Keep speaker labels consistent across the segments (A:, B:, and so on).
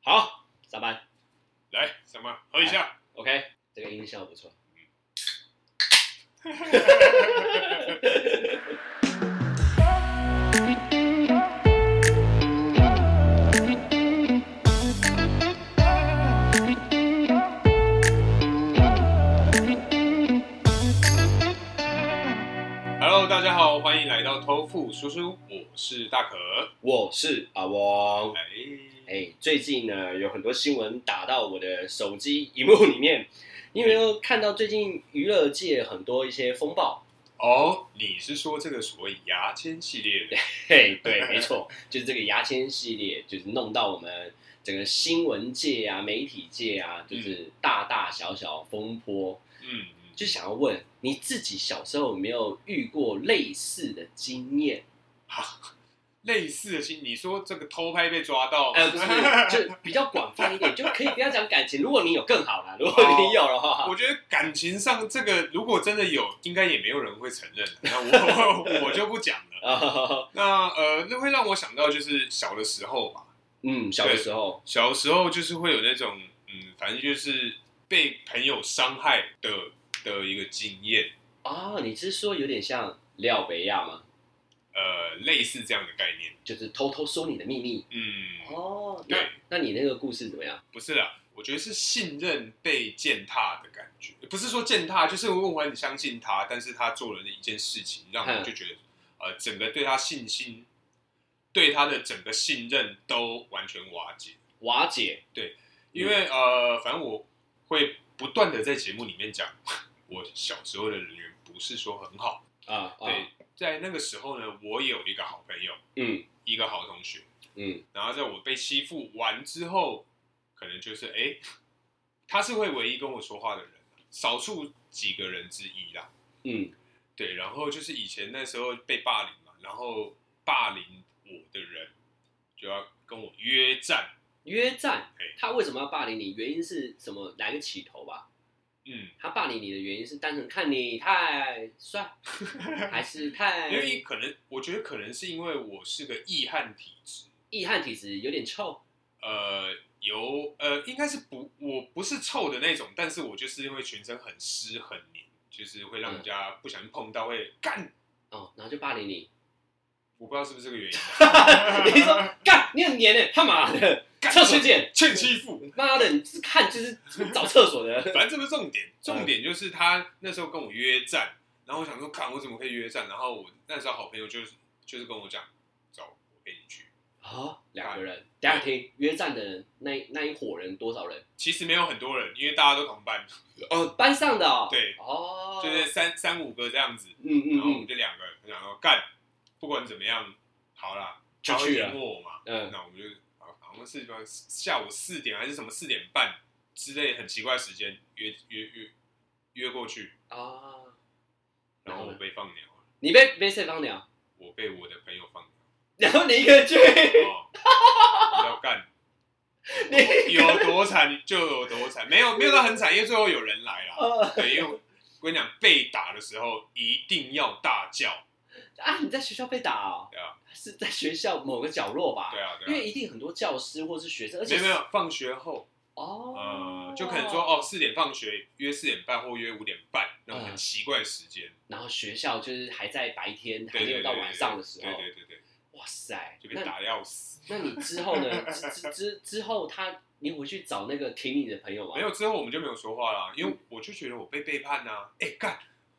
A: 好，上班
B: 来，什么喝一下？
A: ，OK，这个音效不错。
B: Hello，大家好，欢迎来到偷富叔叔，我是大可。
A: 我是阿王，哎、
B: 哎，
A: 最近呢有很多新闻打到我的手机荧幕里面，你有没有看到最近娱乐界很多一些风暴？
B: 哦，你是说这个所谓牙签系 列的？
A: 嘿，对，没错，就是这个牙签系列，就是弄到我们整个新闻界啊、媒体界啊，就是大大小小风波。
B: 嗯，
A: 就想要问你自己小时候有没有遇过类似的经验？
B: 类似的心，你说这个偷拍被抓到，
A: 呃，不是，就比较广泛一点，就可以不要讲感情。如果你有更好啦，如果你有的话，
B: 我觉得感情上这个如果真的有，应该也没有人会承认的。啊那我我 就不讲了。
A: 啊，
B: 那呃，那会让我想到就是小的时候吧，
A: 嗯，小的时候，
B: 小时候就是会有那种嗯，反正就是被朋友伤害的的一个经验，
A: 哦，你是说有点像廖北亚吗？
B: 呃，类似这样的概念。
A: 就是偷偷说你的秘密。
B: 嗯，
A: 哦，那
B: 对
A: 那你那个故事怎么样？
B: 不是啦，我觉得是信任被践踏的感觉，不是说践踏，就是我很相信他，但是他做了一件事情，让我
A: 嗯
B: 就觉得呃，整个对他信心，对他的整个信任都完全瓦解。
A: 瓦解，
B: 因
A: 嗯
B: 为呃，反正我会不断的在节目里面讲，我小时候的人缘不是说很好。
A: 啊啊，
B: 对，在那个时候呢，我有一个好朋友，
A: 嗯
B: 一个好同学。
A: 嗯，
B: 然后在我被欺负完之后，可能就是哎、诶他是会唯一跟我说话的人，少数几个人之一啦。
A: 嗯
B: 对，然后就是以前那时候被霸凌嘛，然后霸凌我的人就要跟我约战。
A: 约战
B: 哎，
A: 他为什么要霸凌你？原因是什么？来个起头吧。
B: 嗯，
A: 他霸凌你的原因是单纯看你太帅，还是太
B: 因为可能我觉得可能是因为我是个易汗体质，
A: 易汗体质有点臭？
B: 呃，油呃，应该是不，我不是臭的那种，但是我就是因为全身很湿很黏，就是会让人家不小心碰到会干，
A: 哦，然后就霸凌你。
B: 我不知道是不是这个原因、
A: 你说干，你很黏哎，他妈的，
B: 干
A: 厕所见，
B: 欠欺负，
A: 妈的，你是看就是找厕所的。
B: 反正这不是重点，重点就是他那时候跟我约战，然后我想说，看我怎么可以约战，然后我那时候好朋友就是就是跟我讲，走，我陪你去，
A: 哦，两个人，等一下听约战的人那那一伙人多少人？
B: 其实没有很多人，因为大家都同班，
A: 哦，班上的哦。
B: 对
A: 哦，
B: 就是三三五个这样子，
A: 嗯
B: 然后我
A: 嗯
B: 们就两个人，然后干，不管怎么样，好啦，
A: 就去了
B: 他会淹没我嘛，
A: 嗯嗯
B: 那我们就好好像是什么下午四点还是什么四点半之类很奇怪的时间约约约约过去，
A: 啊，
B: 然后
A: 然后
B: 我
A: 呢
B: 被放鸟了，
A: 你被被谁放鸟？
B: 我被我的朋友放鸟，
A: 然后你一个人去，
B: 哦，你要干，
A: 你
B: 有多惨就有多惨，没有没有到很惨，因为最后有人来啦，
A: 呃
B: 对，因为我我跟你讲被打的时候一定要大叫，
A: 啊，你在学校被打哦？
B: 对啊，
A: 是在学校某个角落吧？
B: 对啊
A: 因
B: 对啊，
A: 为一定很多教师或是学生，而
B: 没
A: 且
B: 有没有放学后。
A: 哦
B: 呃，，就可能说，哦，四点放学，约四点半或约五点半，那种
A: 嗯
B: 很奇怪的时间。
A: 然后学校就是还在白天，还
B: 对
A: 没
B: 对
A: 有
B: 对
A: 到
B: 对
A: 晚上的时候
B: 对，对对对，
A: 哇塞，
B: 就被
A: 那
B: 打得要死。
A: 那你之后呢？之之之之后他，你回去找那个挺你的朋友吗？
B: 没有之后我们就没有说话啦，因为我就觉得我被背叛呐。哎干，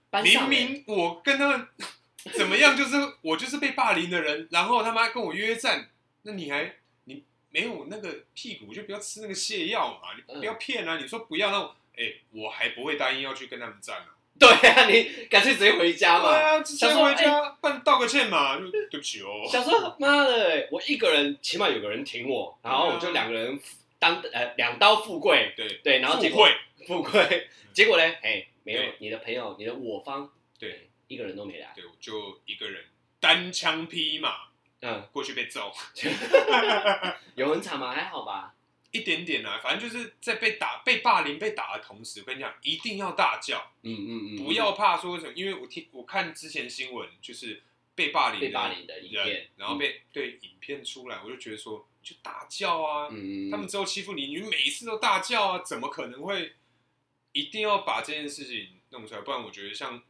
A: 班
B: 明
A: 上欸
B: 明我跟他们怎么样，就是我就是被霸凌的人，然后他妈跟我约战，那你还你没有那个屁股就不要吃那个泻药嘛，你
A: 嗯
B: 不要骗啊！你说不要那我，哎，我还不会答应要去跟他们战啊。
A: 对啊，你干脆直接回家
B: 对
A: 嘛。
B: 啊，直接
A: 想说
B: 回家办道个歉嘛，就对不起哦。
A: 想说妈的，欸我一个人起码有个人挺我，然后我就两个人当呃两刀富贵，
B: 啊对，
A: 对，然后结
B: 不
A: 果
B: 会。
A: 富贵，结果嘞，哎，没有
B: 对
A: 你的朋友，你的我方，
B: 对
A: 哎，一个人都没来，
B: 对，我就一个人单枪匹马
A: 嗯，
B: 过去被揍，
A: 有很惨吗？还好吧，
B: 一点点啊，反正就是在被打、被霸凌、被打的同时，我跟你讲，一定要大叫，
A: 嗯嗯嗯，
B: 不要怕说什么，因为我听我看之前新闻，就是被霸凌的
A: 被霸凌的影
B: 人
A: 片，嗯
B: 然后被、对影片出来，我就觉得说，就大叫啊，
A: 嗯，
B: 他们之后欺负你，你每次都大叫啊，怎么可能会一定要把这件事情弄出来？不然我觉得像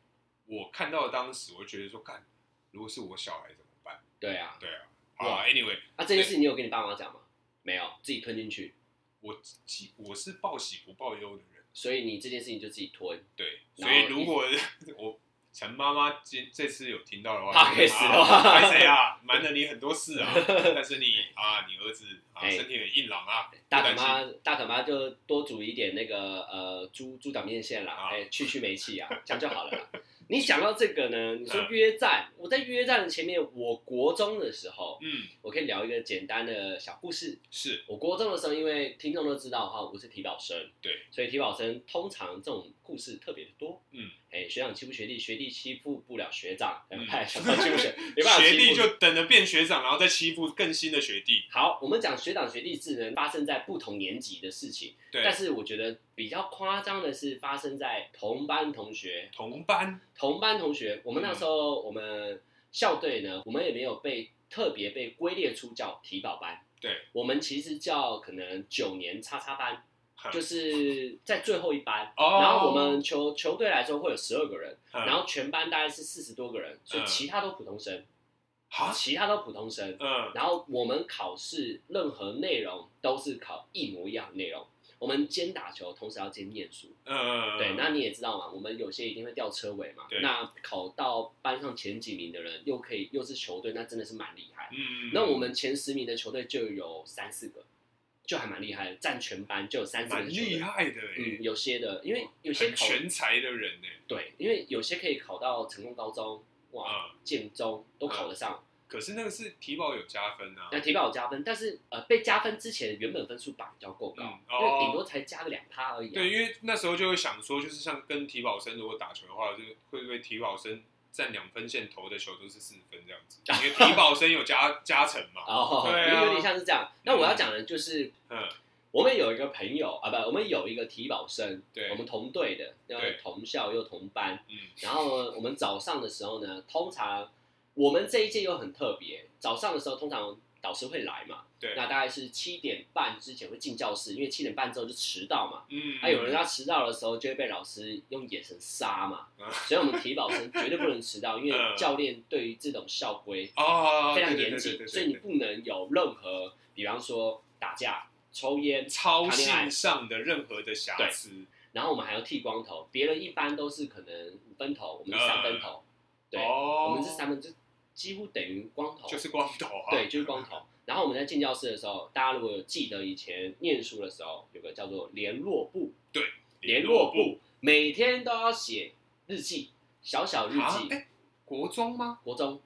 B: 我看到的当时，我就觉得说，干，如果是我小孩怎么办？
A: 对啊，
B: 对啊，好啊，anyway，
A: 啊，这件事你有跟你爸妈讲吗？没有，自己吞进去，
B: 我其我是报喜不报忧的人，
A: 所以你这件事情就自己吞。
B: 对，
A: 然
B: 所
A: 后
B: 以如果 我陈妈妈今这次有听到的话，
A: 她可以死了
B: 啊拍谁啊？瞒了你很多事啊，但是你啊，你儿子啊，
A: 哎
B: 身体很硬朗啊，
A: 大
B: 不
A: 可
B: 担心
A: 妈，大可妈就多煮一点那个呃猪猪掌面线啦
B: 啊，
A: 哎、去去煤气啊， 这样就好了啦。你讲到这个
B: 啊
A: 呢，你说约战，我在约战的前面，我国中的时候，
B: 嗯，
A: 我可以聊一个简单的小故事。
B: 是，
A: 我国中的时候，因为听众都知道哈，我是体保生，
B: 对，
A: 所以体保生通常这种故事特别的多。
B: 嗯，
A: 哎，学长欺负学弟，学弟欺负不了学长，
B: 嗯
A: 哎、 小学长欺负 学，没办法欺负
B: 学弟就等着变学长，然后再欺负更新的学弟，
A: 好。我们讲学长学弟制呢，发生在不同年级的事情。
B: 对，
A: 但是我觉得比较夸张的是发生在同班同学，
B: 同班，
A: 同班同学，我们
B: 嗯
A: 那时候我们校队呢，我们也没有被特别被归列出叫体保班，
B: 对，
A: 我们其实叫可能九年叉叉班
B: 哼，
A: 就是在最后一班。
B: 哦
A: 然后我们球球队来说会有十二个人，
B: 嗯
A: 然后全班大概是四十多个人，所以
B: 嗯啊
A: 其他都普通生，
B: 哈，
A: 其他都普通生。
B: 嗯，
A: 然后我们考试任何内容都是考一模一样的内容，我们兼打球，同时要兼念书。
B: 嗯，
A: 对，那你也知道嘛，我们有些一定会掉车尾嘛
B: 对。
A: 那考到班上前几名的人，又可以又是球队，那真的是蛮厉害。
B: 嗯，
A: 那我们前十名的球队就有三四个，就还蛮厉害的，占全班就有三四个
B: 蛮
A: 球队
B: 厉。害的
A: 嗯，
B: 欸，
A: 有些的，因为有些
B: 很
A: 考
B: 全才的人欸呢，
A: 对，因为有些可以考到成功高中，哇，
B: 嗯，
A: 建中都考得上，
B: 可是那个是体保有加分啊，
A: 那提报有加分，但是呃被加分之前原本分数榜就要够高，
B: 嗯哦
A: 因为顶多才加个两趴而已、啊。
B: 对，因为那时候就会想说，就是像跟体保生如果打球的话，就会不会体保生占两分线投的球都是四分这样 子，因为体保生有加加成嘛，
A: 哦，
B: 对啊
A: 有点像是这样。那我要讲的就是，
B: 嗯，
A: 我们有一个朋友啊，不，我们有一个体保生，
B: 对
A: 我们同队的，然后
B: 对
A: 同校又同班。
B: 嗯
A: 然后呢，我们早上的时候呢，通常我们这一届又很特别，早上的时候通常导师会来嘛，
B: 对，
A: 那大概是七点半之前会进教室，因为七点半之后就迟到嘛。啊
B: 嗯，
A: 那、有人要迟到的时候，就会被老师用眼神杀嘛
B: 嗯。
A: 所以我们体保生绝对不能迟到，因为
B: 嗯
A: 教练对于这种校规
B: 哦，
A: 非常
B: 对
A: 严
B: 对对
A: 谨，
B: 对对
A: 所以你
B: 对
A: 不能有任何，比方说打架、抽烟，
B: 超
A: 谈恋爱
B: 性上的任何的瑕
A: 对
B: 疵，
A: 然后我们还要剃光头。别人一般都是可能五分头，我们是三分头，对，
B: 哦，
A: 我们是三分，就几乎等于光头，
B: 就是光头啊，
A: 对，就是光头。然后我们在进教室的时候，大家如果有记得以前念书的时候，有个叫做联络簿，联络簿每天都要写日记，小小日
B: 啊，哦
A: 记，
B: 哎，国中吗？
A: 国中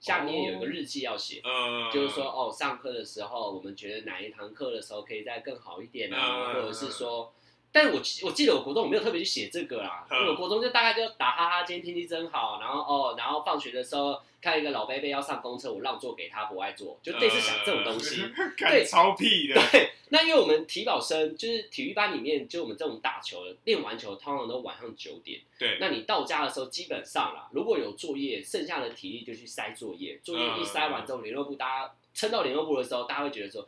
A: 下面有一个日记要写，
B: 嗯，
A: 就是说哦，上课的时候我们觉得哪一堂课的时候可以再更好一点啊，
B: 嗯
A: 或者是说，但我记我记得我国中我没有特别去写这个啦，因
B: 嗯
A: 为我国中就大概就打哈哈，今天天气真好，然后哦，然后放学的时候看一个老伯伯要上公车，我让座给他，不爱坐，就类似想这种东西。
B: 嗯，
A: 对
B: 干超屁的，
A: 对，那因为我们体保生就是体育班里面，就我们这种打球的，练完球通常都晚上九点。
B: 对，
A: 那你到家的时候，基本上啦，如果有作业，剩下的体力就去塞作业。作
B: 嗯
A: 业一塞完之后，联络部大家撑到联络部的时候，大家会觉得说，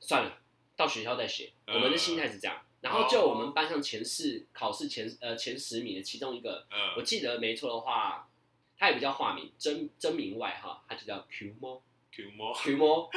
A: 算了，到学校再写。我们的心态是这
B: 嗯
A: 样。然后就我
B: 哦
A: 们班上前四考试前呃前十名的其中一个，我
B: 嗯
A: 记得没错的话，他也不叫化名，真真名外号，他就叫 Q 猫。
B: ，Q 猫，
A: Q 猫，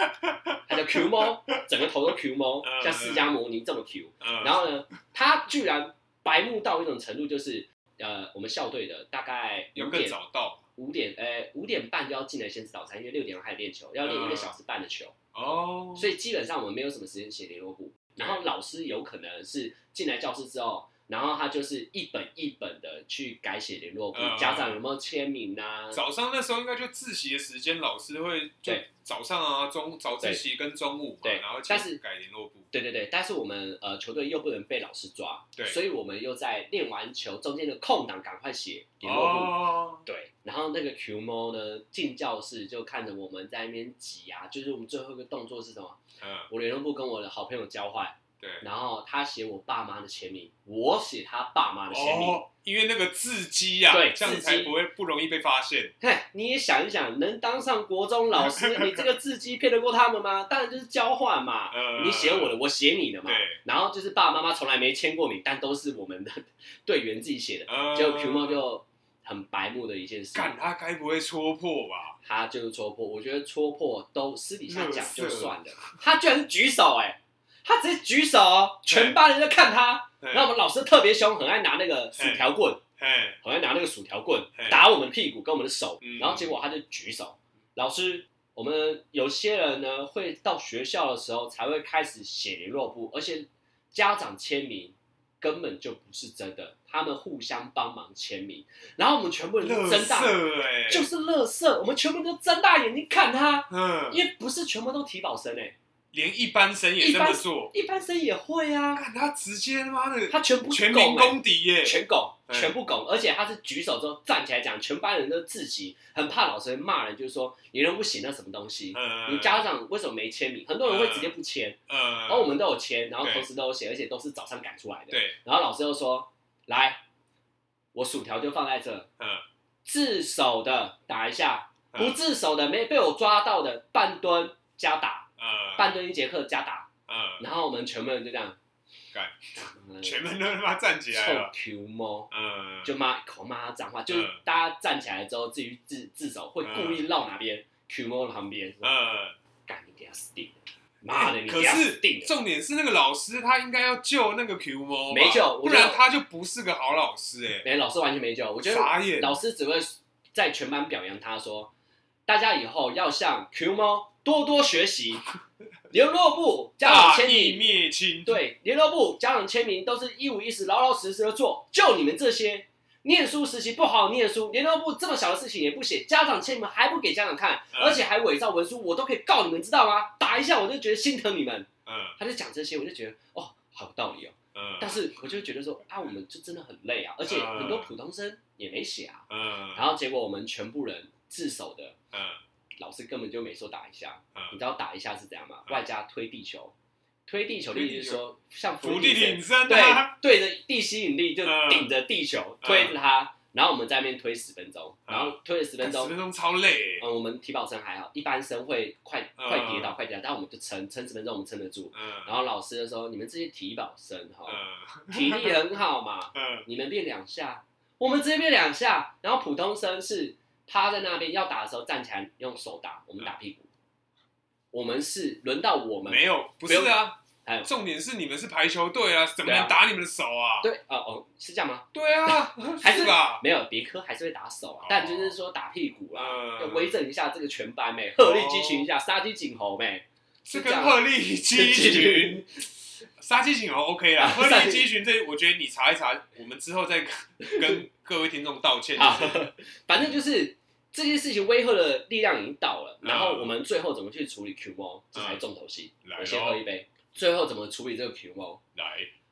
A: 他叫 Q 猫，整个头都 Q 猫，
B: 嗯
A: 像释迦摩尼这么 Q。
B: 嗯，
A: 然后呢，他居然白目到一种程度，就是呃，我们校队的大概
B: 要
A: 五
B: 更
A: 点
B: 早到
A: 五点呃五点半就要进来先吃早餐，因为六点还练球，要练一
B: 嗯
A: 个小时半的球，
B: 哦，
A: 所以基本上我们没有什么时间写联络簿。然后老师有可能是进来教室之后。然后他就是一本一本的去改写联络簿，
B: 嗯
A: 家长有没有签名啊？
B: 早上那时候应该就自习的时间，老师会就
A: 对
B: 早上啊中早自习跟中午嘛，
A: 对
B: 然后
A: 但是
B: 请改联络部，
A: 对对对，但是我们呃球队又不能被老师抓，
B: 对
A: 所以我们又在练完球中间的空档赶快写联络簿。
B: 哦，
A: 对，然后那个 Q 猫呢进教室就看着我们在那边挤啊，就是我们最后一个动作是什么？
B: 嗯，
A: 我联络部跟我的好朋友交换，
B: 对，
A: 然后他写我爸妈的签名，我写他爸妈的签名。
B: 哦，因为那个字迹呀、
A: 对
B: 这样
A: 字迹
B: 才不会不容易被发现。
A: 嘿，你也想一想，能当上国中老师，你这个字迹骗得过他们吗？当然就是交换嘛，
B: 呃，
A: 你写我的，我写你的嘛。
B: 对，
A: 然后就是爸爸妈妈从来没签过名，但都是我们的 队员自己写的。
B: 呃，
A: 结果 Q 猫就很白目的一件事，
B: 干他该不会戳破吧？
A: 他就是戳破。我觉得戳破都私底下
B: 垃圾
A: 讲就算了，他居然是举手哎、他直接举手哦，全班人在看他。
B: 嘿
A: 然后我们老师特别凶，很爱拿那个薯条棍，
B: 嘿，
A: 好像拿那个薯条棍
B: 嘿
A: 打我们屁股跟我们的手
B: 嗯，
A: 然后结果他就举手。老师，我们有些人呢会到学校的时候才会开始写联络簿，而且家长签名根本就不是真的，他们互相帮忙签名，然后我们全部人都
B: 乐
A: 睁大，
B: 色哎，
A: 就是乐色，我们全部人都睁大眼睛看他，
B: 嗯，
A: 因为不是全部都体保生哎、
B: 连一般生也这么做，
A: 一般生也会啊，
B: 干他直接他妈的
A: 他全部
B: 全
A: 拱
B: 民
A: 欸
B: 公敌耶！
A: 全拱，
B: 嗯
A: 全部拱，而且他是举手之后站起来讲，全班人都自己很怕老师会骂人，就是说你人不写那什么东西，
B: 呃，
A: 你家长为什么没签名？很多人会直接不签，
B: 呃，
A: 然后我们都有签，然后
B: 对
A: 同时都有写，而且都是早上赶出来的。
B: 对，
A: 然后老师又说，来，我薯条就放在这，
B: 嗯
A: 自首的打一下，
B: 嗯
A: 不自首的没被我抓到的半蹲加打，
B: 呃，
A: 半蹲一节课加打，
B: 呃，
A: 然后我们全部人就这样
B: 干，
A: 嗯
B: 全班都他妈站起来
A: 臭
B: 了，
A: Q 猫。
B: 呃，
A: 就骂狂骂他脏话，就是
B: 嗯
A: 大家站起来之后，至于自自首会故意绕哪
B: 嗯
A: 边，Q 摸旁边，说
B: 呃，
A: 干你给他死定了，妈的你
B: 哎可
A: 给他死
B: 是
A: 定了，
B: 重点是那个老师他应该要救那个 Q 猫，
A: 没救我
B: 不然他就不是个好老师哎，
A: 没老师完全没救，我觉得
B: 傻眼，
A: 老师只会在全班表扬他说，大家以后要向 Q 猫多多学 习，联络部家长
B: 大
A: 签
B: 义
A: 名。
B: 灭 亲，
A: 对，联络部家长签名都是一五一十、老老实实的做，就你们这些念书时期不好好念书，联络部这么小的事情也不写，家长签名还不给家长看，
B: 嗯
A: 而且还伪造文书，我都可以告你们，知道吗？打一下我就觉得心疼你们。
B: 嗯
A: 他就讲这些，我就觉得哦，好有道理哦。
B: 嗯
A: 但是我就觉得说啊，我们就真的很累啊，而且很多普通生也没写啊。
B: 嗯
A: 然后结果我们全部人自首的，
B: 嗯
A: 老师根本就没说打一下，你知
B: 嗯，
A: 道打一下是怎样吗？
B: 嗯
A: 外加推地球，推地球的意思是说像
B: 伏
A: 地
B: 地
A: 挺
B: 挺身
A: 对
B: 啊，，
A: 对着地吸引力就
B: 嗯
A: 顶着地球、
B: 嗯
A: 推着它，然后我们在那边推十分钟，
B: 嗯
A: 然后推了十
B: 十
A: 分钟
B: 十。分钟超累欸，
A: 嗯，我们体保生还好，一般生会快
B: 嗯
A: 快跌倒，快跌倒，但我们就撑撑十分钟，我们撑得住。
B: 嗯
A: 然后老师就说：“你们这些体保生哈，
B: 嗯
A: 体力很好嘛，
B: 嗯
A: 你们变两下，我们直接变两下。然后普通生是趴在那边要打的时候站起来用手打，我们打屁股。我们是轮到我们
B: 嗯没有，不是啊
A: 还有，
B: 重点是你们是排球队啊，怎么
A: 哎对啊
B: 能打你们的手啊？
A: 对哦哦是这样吗？
B: 对啊，
A: 还是
B: 吧？
A: 没有，别科还是会打手啊
B: 哦，
A: 但就是说打屁股啊，
B: 嗯
A: 要威震一下这个全班妹，鹤立鸡群一下，杀鸡儆猴妹。
B: 这
A: 是
B: 跟
A: 这样
B: 鹤立鸡
A: 鸡
B: 群
A: 群、
B: 杀鸡儆猴 OK 啦。
A: 啊
B: 鹤
A: 杀
B: 立
A: 鸡
B: 鸡群这，我觉得你查一查，我们之后再 跟跟各位听众道歉。
A: 啊，反正就是这件事情威吓的力量已经到了，然后我们最后怎么去处理 Q 猫，这才重头戏。
B: 嗯来哦
A: 我先喝
B: 咯
A: 一杯，最后怎么处理这个 Q 猫？
B: 来，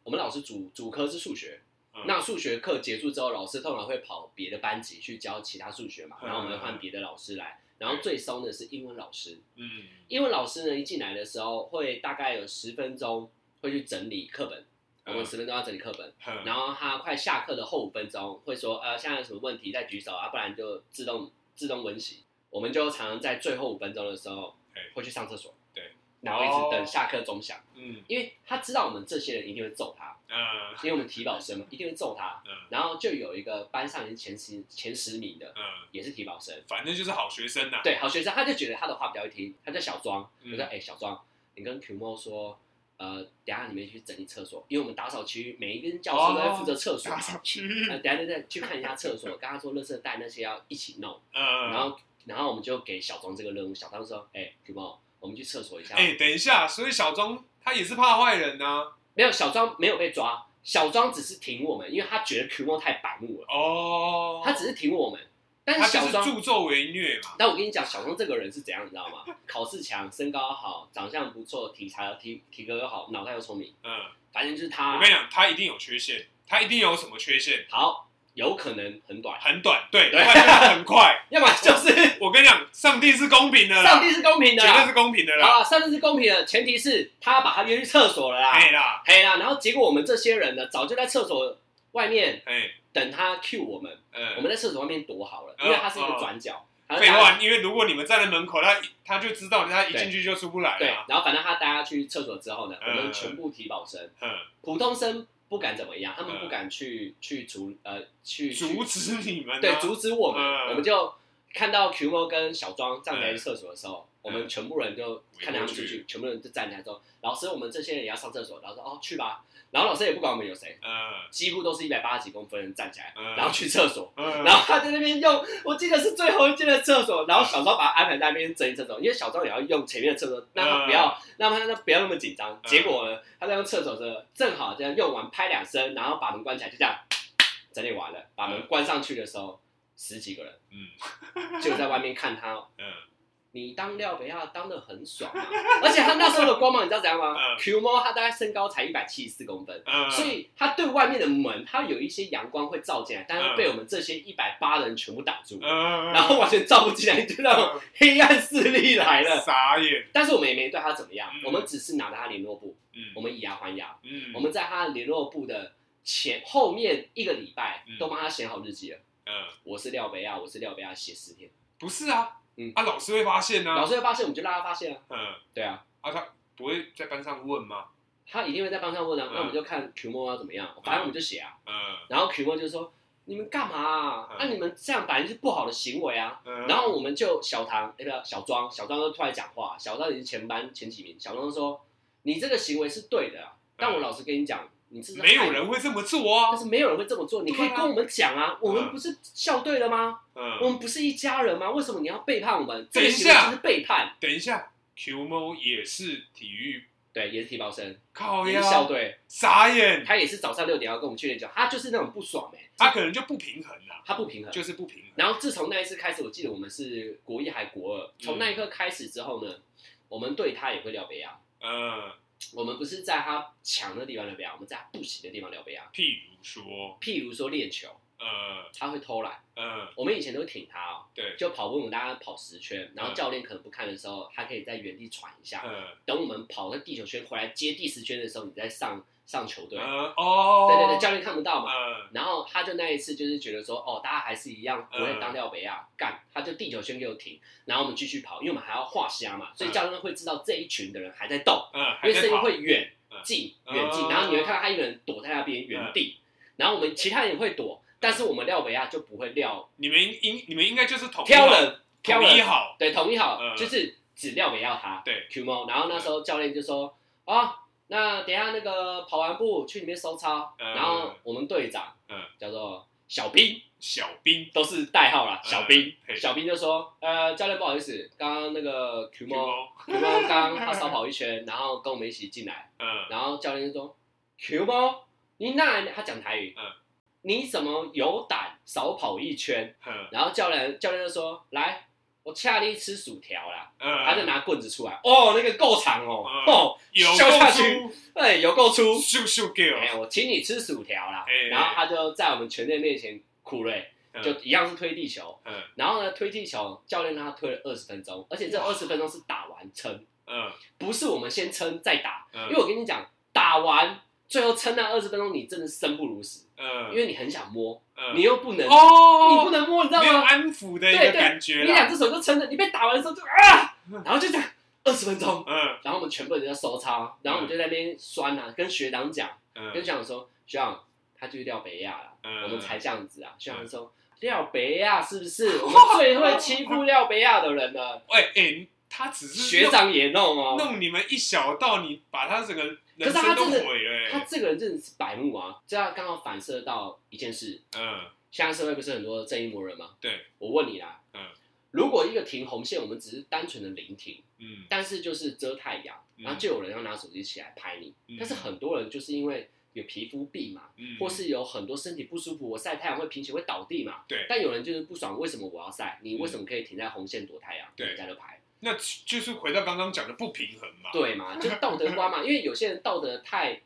A: 我们老师主主科是数学
B: 嗯。
A: 那数学课结束之后，老师通常会跑别的班级去教其他数学嘛，
B: 嗯
A: 然后我们换别的老师来，然后最松的是英文老师，
B: 嗯
A: 英文老师呢，一进来的时候会大概有十分钟会去整理课本，我们
B: 嗯
A: 十分钟要整理课本，
B: 哼
A: 然后他快下课的后五分钟会说，呃，现在有什么问题再举手啊，不然就自动自动温习。我们就常常在最后五分钟的时候
B: 哎
A: 会去上厕所，
B: 对，
A: 然后一直
B: 哦
A: 等下课钟响，
B: 嗯
A: 因为他知道我们这些人一定会揍他，
B: 嗯
A: 因为我们体保生嘛，一定会揍他。
B: 嗯
A: 然后就有一个班上是前十前十名的，
B: 嗯，
A: 也是体保生，
B: 反正就是好学生啊 呐。
A: 对，好学生，他就觉得他的话比较会听，他叫小庄，
B: 嗯
A: 我说哎、小庄，你跟 Q 猫说，呃，等一下你们去整理厕所，因为我们打扫区每一个人教室都在负责厕所嘛，
B: 哦打扫区域，
A: 呃，等一下就再去看一下厕所，跟他说垃圾袋那些要一起弄，
B: 嗯，
A: 然后然后我们就给小庄这个任务，小庄说，哎、q 猫，我们去厕所一下，
B: 哎，等一下，所以小庄他也是怕坏人啊呐。
A: 没有，小庄没有被抓，小庄只是挺我们，因为他觉得 Q 猫太白目了，
B: 哦，
A: 他只是挺我们，但
B: 他
A: 是小
B: 就是
A: 庄
B: 助纣为虐嘛。
A: 但我跟你讲，小钟这个人是怎样，你知道吗？考试强，身高好，长相不错，体材体体格又好，脑袋又聪明，
B: 嗯，
A: 反正就是
B: 我
A: 他
B: 跟。你讲，他一定有缺陷，他一定有什么缺陷。
A: 好，有可能很短，
B: 很短，对，
A: 对
B: 快就是很快。
A: 要么 就是
B: 我跟你讲，上帝是公平的啦，
A: 上帝是公平的
B: 绝对
A: 啦。
B: 是公平的啦，
A: 好啦，上帝是公平的，前提是他把他约去厕所了啦。
B: 哎啦，
A: 嘿啦，然后结果我们这些人呢，早就在厕所外面
B: 哎，
A: 等他 cue 我们，
B: 嗯，
A: 我们在厕所外面躲好了，因为它是一个转角。然后
B: 哦废
A: 大家
B: 话，因为如果你们站在门口，他他就知道，他一进去就出不来
A: 对
B: 了。，
A: 然后反正他带他去厕所之后呢，我
B: 啊嗯
A: 们全部提保生，
B: 嗯，
A: 普通生不敢怎么样，他们
B: 嗯
A: 不敢去去阻呃去去
B: 阻止你们啊，
A: 对阻止我们，
B: 嗯
A: 我们就看到 Q 猫跟小庄站在厕所的时
B: 嗯
A: 候，我们全部人就看他们出
B: 围过
A: 去，全部人就站起来说：“老师，我们这些人也要上厕所。”然后说：“哦，去吧。”然后老师也不管我们有谁，
B: 嗯，
A: 几乎都是一百八十几公分的人站起来，
B: 嗯
A: 然后去厕所。
B: 嗯，
A: 然后他在那边用，我记得是最后一间的厕所，然后小庄把他安排在那边整理厕所，因为小庄也要用前面的厕所，让他不要，让他不要那么紧张。
B: 嗯
A: 结果呢，他在用厕所的时候，正好这样用完拍两声，然后把门关起来，就这样整理完了，把门关上去的时候，十几个人
B: 嗯
A: 就在外面看他。哦
B: 嗯
A: 你当廖北亚当的很爽、啊，而且他那时候的光芒你知道怎样吗、
B: 嗯
A: q 猫他大概身高才一百七十四公分，
B: 嗯，
A: 所以它对外面的门，它有一些阳光会照进来，但是被我们这些一百八的人全部挡住，
B: 嗯，
A: 然后完全照不进来，就那种黑暗势力来了。
B: 傻眼，
A: 但是我们也没对他怎么样，
B: 嗯
A: 我们只是拿着他联络簿，
B: 嗯
A: 我们以牙还牙，
B: 嗯，
A: 我们在他联络簿的前后面一个礼拜
B: 嗯
A: 都帮他写好日记了。
B: 嗯，
A: 我是廖北亚，我是廖北亚，写十天，
B: 不是啊
A: 嗯，
B: 啊，老师会发现
A: 老
B: 啊，
A: 师会发现，我们就让他发现啊。
B: 嗯，
A: 对啊，
B: 啊，他不会在班上问吗？
A: 他一定会在班上问啊，
B: 嗯
A: 那我们就看曲墨要怎么样，反正我们就写啊。
B: 嗯
A: 然后曲墨就说：“你们干嘛啊？
B: 嗯
A: 那、你们这样本来就是不好的行为啊。”
B: 嗯，
A: 然后我们就小唐那个小庄，小庄就突然讲话，小庄也是全班前几名。小庄就说：“你这个行为是对的、啊，但我老实跟你讲，你是
B: 嗯没有人，会这么做啊
A: 但，是没有人会这么做。你可以
B: 对啊
A: 跟我们讲啊，我们不是校队的吗？我
B: 嗯，
A: 们不是一家人吗？为什么你要背叛我们？这
B: 等
A: 个
B: 一
A: 行为
B: 下
A: 就是背叛。
B: 等一下，Q 猫也是体育
A: 对，也是体保生，
B: 靠
A: 也是校
B: 哦呀，
A: 队，
B: 傻眼，
A: 他也是早上六点要跟我们去练球，他就是那种不爽哎、
B: 他可能就不平衡啦，
A: 他不平衡。
B: 就是不平衡，
A: 然后自从那一次开始，我记得我们是国一还国二，从那一刻开始之后呢，我们对他也会聊北亚。
B: 嗯，
A: 我们不是在他强的地方聊北亚，我们在他不行的地方聊北亚。
B: 譬如说，
A: 譬如说练球，
B: 呃
A: 他会偷懒，
B: 呃，
A: 我们以前都挺他哦，
B: 对，嗯
A: 就跑步，我们大家跑十圈，然后教练可能不看的时候，他可以在原地喘一下，
B: 呃
A: 等我们跑到第九圈回来接第十圈的时候，你再上上球队。
B: 呃哦，
A: 对对对，教练看不到嘛。
B: 呃
A: 然后他就那一次就是觉得说，哦，大家还是一样
B: 嗯
A: 不会当廖北亚干，他就第九圈给我停，然后我们继续跑，因为我们还要画虾嘛，
B: 嗯
A: 所以教练会知道这一群的人还在动。
B: 呃，
A: 因
B: 还
A: 为声
B: 在
A: 音
B: 跑，
A: 会远
B: 嗯
A: 近
B: 哦嗯
A: 远近，然后你会看到他一个人躲在那边原地，然后我们其他人也会躲，但是我们廖维亚就不会廖
B: 你们应你们应该就是统一
A: 挑
B: 好
A: 人挑
B: 哦统一
A: 人，
B: 好，
A: 对，统一好
B: 嗯
A: 就是只廖维亚他
B: 对
A: Q 猫，然后那时候教练就说啊。那等一下那个跑完步去里面收操，
B: 嗯
A: 然后我们队长，
B: 嗯
A: 叫做小兵，
B: 小兵，
A: 都是代号啦，
B: 嗯
A: 小兵，
B: 嘿
A: 小兵就说，呃，教练不好意思，刚刚那个 Q
B: 熊
A: 猫
B: 猫，
A: ，Q 猫刚刚他少跑一圈，然后跟我们一起进来，
B: 嗯
A: 然后教练就说：“Q 猫，你哪他讲台语，
B: 嗯
A: 你怎么有胆少跑一圈
B: 嗯？”
A: 然后教练教练就说：“来，我恰你吃薯条啦。”
B: 嗯，
A: 他就拿棍子出来，哦，那个够长哦，
B: 嗯
A: 哦，
B: 有
A: 削下去，
B: 功夫
A: 对，有够粗。
B: 咻咻 girl，
A: 哎，我请你吃薯条啦
B: 啊哎。
A: 然后他就在我们全队面前哭了，哎
B: 嗯
A: 就一样是推地球。
B: 嗯
A: 然后呢，推地球，教练让他推了二十分钟，而且这
B: 哇
A: 二十分钟是打完撑，
B: 嗯
A: 不是我们先撑再打，
B: 嗯，
A: 因为我跟你讲，打完最后撑那二十分钟，你真的生不如死，
B: 嗯，
A: 因为你很想摸，
B: 嗯
A: 你又不能，
B: 哦，
A: 你不能摸，你知道
B: 没有
A: 吗？
B: 安啊抚的一
A: 对
B: 个
A: 对
B: 感觉
A: 你
B: 啦
A: 两，只手就撑着，你被打完的时候就啊，然后就这样二十分钟，
B: 嗯
A: 然后我们全部人在收操，然后我们就在那边酸啊，跟学长讲，跟学
B: 嗯，
A: 长说，学长他就是廖北亚了，
B: 嗯
A: 我们才这样子啊。学长说廖北亚是不是 我们最会欺负廖北亚的人了？
B: 哎哎，他只是
A: 学长也弄哦
B: 弄。弄你们一小道，你把他整个
A: 可是
B: 人
A: 他
B: 生都
A: 真的
B: 毁了，
A: 他
B: 哎
A: 这个人真的是白目啊！这样刚好反射到一件事，
B: 嗯
A: 现在社会不是很多正义魔人吗？
B: 对，
A: 我问你啦，
B: 嗯，
A: 如果一个停红线，我们只是单纯的聆听，
B: 嗯
A: 但是就是遮太阳，
B: 嗯
A: 然后就有人要拿手机起来拍你，
B: 嗯
A: 但是很多人就是因为有皮肤病嘛，
B: 嗯，
A: 或是有很多身体不舒服，我晒太阳会贫血会倒地嘛，
B: 对
A: 但有人就是不爽，为什么我要晒？你为什么可以停在红线躲太阳？
B: 对
A: 人家就拍，
B: 那就是回到刚刚讲的不平衡嘛，
A: 对嘛？就是道德观嘛，因为有些人道德太。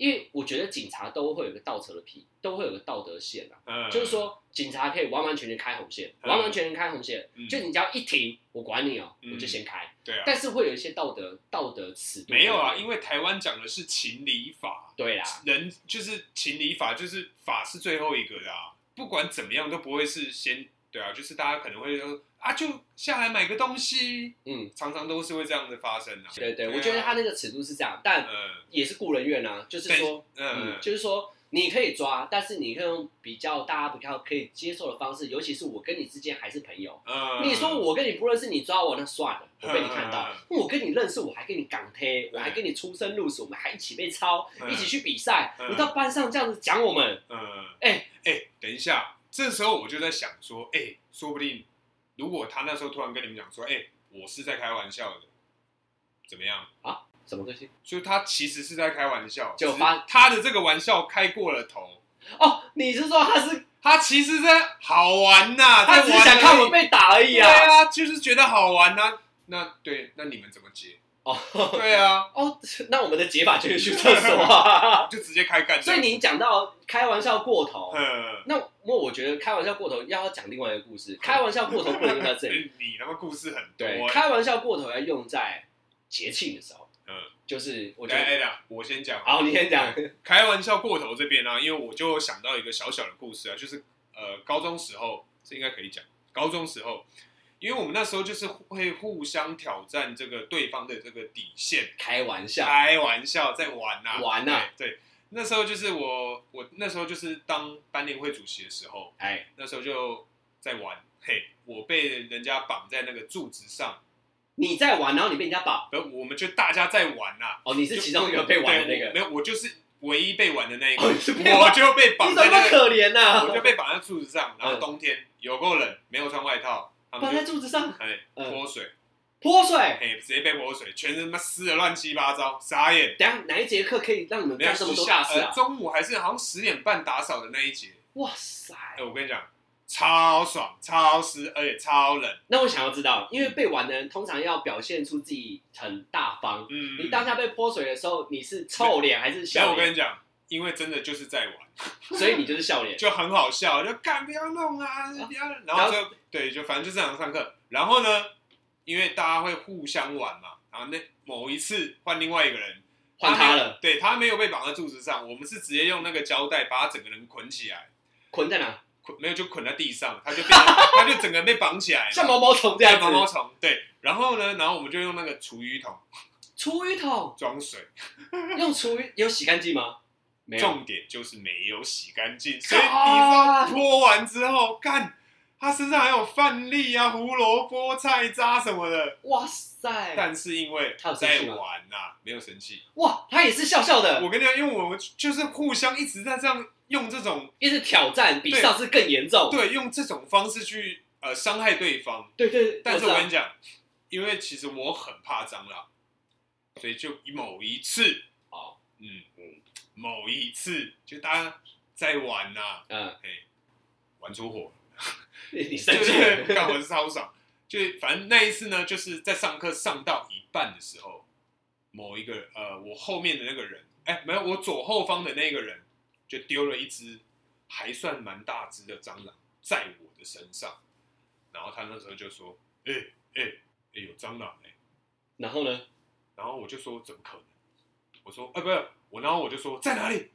A: 因为我觉得警察都会有个倒车的皮，都会有个道德线啊，
B: 嗯，
A: 就是说警察可以完完全全开红线，
B: 嗯
A: 完完全全开红线，
B: 嗯
A: 就你只要一停，我管你哦、
B: 嗯
A: 我就先开，
B: 对啊，
A: 但是会有一些道德道德尺度，
B: 没有啊，因为台湾讲的是情理法，
A: 对啦，
B: 人就是情理法，就是法是最后一个的啊，不管怎么样都不会是先，对啊，就是大家可能会说啊，就下来买个东西，
A: 嗯，
B: 常常都是会这样的发生啊。
A: 对对，
B: 啊
A: 我觉得他那个尺度是这样，但
B: 嗯
A: 也是故人怨啊，就是说，
B: 嗯
A: 嗯，就是说你可以抓，但是你可以用比较大家比较可以接受的方式，尤其是我跟你之间还是朋友。
B: 嗯，
A: 你说我跟你不认识，你抓我那算了，我被你看到
B: 嗯嗯。
A: 我跟你认识，我还跟你港贴，我还跟你出生入死，我们还一起被抄，
B: 嗯
A: 一起去比赛。
B: 嗯
A: 你到班上这样子讲我们，
B: 嗯，哎
A: 哎
B: 哎，等一下，这时候我就在想说，哎，说不定如果他那时候突然跟你们讲说，哎，我是在开玩笑的，怎么样？
A: 什么东西？
B: 就他其实是在开玩笑，
A: 就
B: 只是
A: 发
B: 他的这个玩笑开过了头，
A: 哦，你是说他是
B: 他其实在好玩呐、
A: 他
B: 在
A: 只
B: 玩
A: 是想看
B: 而已
A: 我被打而已
B: 对
A: 啊？
B: 啊，就是觉得好玩呐、那对，那你们怎么解？
A: 哦
B: 对啊，
A: 哦，那我们的解法就是去厕所啊。嗯
B: 就直接开干。
A: 所以你讲到开玩笑过头，
B: 呃，
A: 那我我觉得开玩笑过头要讲另外一个故事，开玩笑过头不能用在这里。
B: 你他妈故事很多、
A: 嗯 对，
B: 欸。
A: 开玩笑过头要用在节庆的时候。
B: 嗯，
A: 就是我
B: 我
A: 觉得，
B: 哎呀，我先讲。
A: 好，你先讲。
B: 开玩笑过头这边呢、因为我就想到一个小小的故事啊，就是呃，高中时候这应该可以讲。高中时候，因为我们那时候就是会互相挑战这个对方的这个底线，
A: 开玩笑，
B: 开玩笑在玩呐、
A: 玩啊呐
B: 对对，那时候就是我，我那时候就是当班联会主席的时候，
A: 哎，
B: 那时候就在玩。嘿，我被人家绑在那个柱子上，
A: 你在玩，然后你被人家绑，
B: 而我们就大家在玩呐、
A: 哦，你
B: 就是
A: 其中一个被玩的那
B: 对我
A: 个，
B: 没有，我就是唯一被玩的那一个，
A: 哦你是被玩
B: 我就被绑
A: 你怎
B: 在
A: 么那么
B: 那个，
A: 可怜 啊呐？
B: 我就被绑在柱子上，然后
A: 嗯
B: 冬天有够冷，没有穿外套，他
A: 绑在
B: 们就
A: 柱子上
B: 哎
A: 嗯
B: 泼水，
A: 泼水。
B: 哎直接被泼水，全身他妈湿的乱七八糟，傻眼。
A: 等一下哪一节课可以让你们
B: 没有
A: 干这么
B: 是
A: 多大
B: 下
A: 事啊
B: 呃？中午还是好像十点半打扫的那一节，
A: 哇塞！
B: 哎、我跟你讲，超爽、超湿，而且超冷。
A: 那我想要知道，因为被玩的人通常要表现出自己很大方，
B: 嗯，
A: 你当下被泼水的时候，你是臭脸还是
B: 然
A: 笑
B: 后我跟
A: 脸？
B: 你讲，因为真的就是在玩，
A: 所以你就是笑 脸。
B: 就很好笑，就干不要弄啊，不要，然后就对，就反正就正常上课。然后呢，因为大家会互相玩嘛，然后那某一次换另外一个人。
A: 换他了
B: 没有，对他没有被绑在柱子上，我们是直接用那个胶带把他整个人捆起来，
A: 捆在哪？
B: 捆没有就捆在地上，他就变成 他就整个人被绑起来了，
A: 像毛毛虫这样
B: 对，
A: 子。
B: 毛毛虫，对。然后呢，然后我们就用那个厨余桶
A: 厨余桶
B: 装水，
A: 用厨余有洗干净吗？没有。
B: 重点就是没有洗干净，所以你知道
A: 啊
B: 泼完之后，干，他身上还有饭粒啊、胡萝卜、菜渣什么的。
A: 哇塞！
B: 但是因为
A: 他哎有生
B: 在
A: 气吗
B: 玩呐、没有生气。
A: 哇，他也是笑笑的，
B: 我跟你讲，因为我们就是互相一直在这样用这种
A: 一直挑战比
B: 对
A: 上次更严重。
B: 对用这种方式去呃伤害对方。
A: 对对，
B: 但是
A: 我知
B: 我
A: 道
B: 跟你讲，因为其实我很怕蟑螂，所以就某一次
A: 哦，
B: 嗯嗯，某一次就大家在玩呐、
A: 嗯，
B: 玩出火，
A: 你 你生
B: 就
A: 气
B: 是
A: 了，
B: 干我是超爽。就反正那一次呢，就是在上课上到一半的时候，某一个呃，我后面的那个人，哎、没有，我左后方的那个人就丢了一只还算蛮大只的蟑螂在我的身上，然后他那时候就说：“哎哎哎，有蟑螂哎、
A: 然后呢？
B: 然后我就说怎么可能？我说哎、不是我，然后我就说在哪里？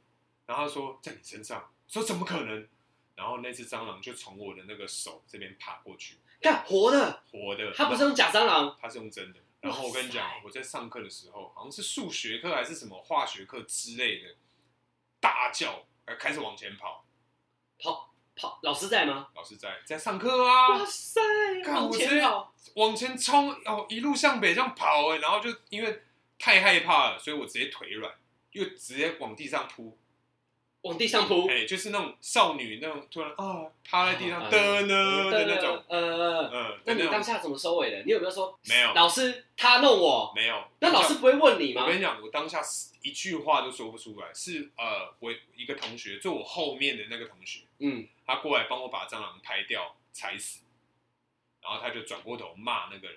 B: 然后他说在你身上。说怎么可能？然后那只蟑螂就从我的那个手这边爬过去，
A: 看活的，
B: 活的。
A: 他不是
B: 然后
A: 用假蟑螂，
B: 它是用真的。然后我跟你
A: 哇
B: 讲
A: 塞，
B: 我在上课的时候，好像是数学课还是什么化学课之类的，大叫，呃，开始往前跑。
A: 跑跑，老师在吗？
B: 老师在在上课啊
A: 哇，塞，
B: 干
A: 往
B: 我直
A: 前
B: 接
A: 跑，
B: 往前冲，哦，一路向北这样跑哎、然后就因为太害怕了，所以我直接腿软，又直接往地上扑。
A: 往地上扑，
B: 哎、就是那种少女那种突然啊趴在地上
A: 啊
B: 的呢的那种，
A: 呃，
B: 嗯，
A: 那
B: 的
A: 你
B: 那
A: 当
B: 种
A: 下怎么收尾的？你有没有说
B: 没有
A: 老师他弄我？
B: 没有。
A: 那老师不会问你
B: 我
A: 吗
B: 跟？你讲，我当下是一句话都说不出来，是呃，我一个同学坐我后面的那个同学，
A: 嗯，
B: 他过来帮我把蟑螂拍掉踩死，然后他就转过头骂那个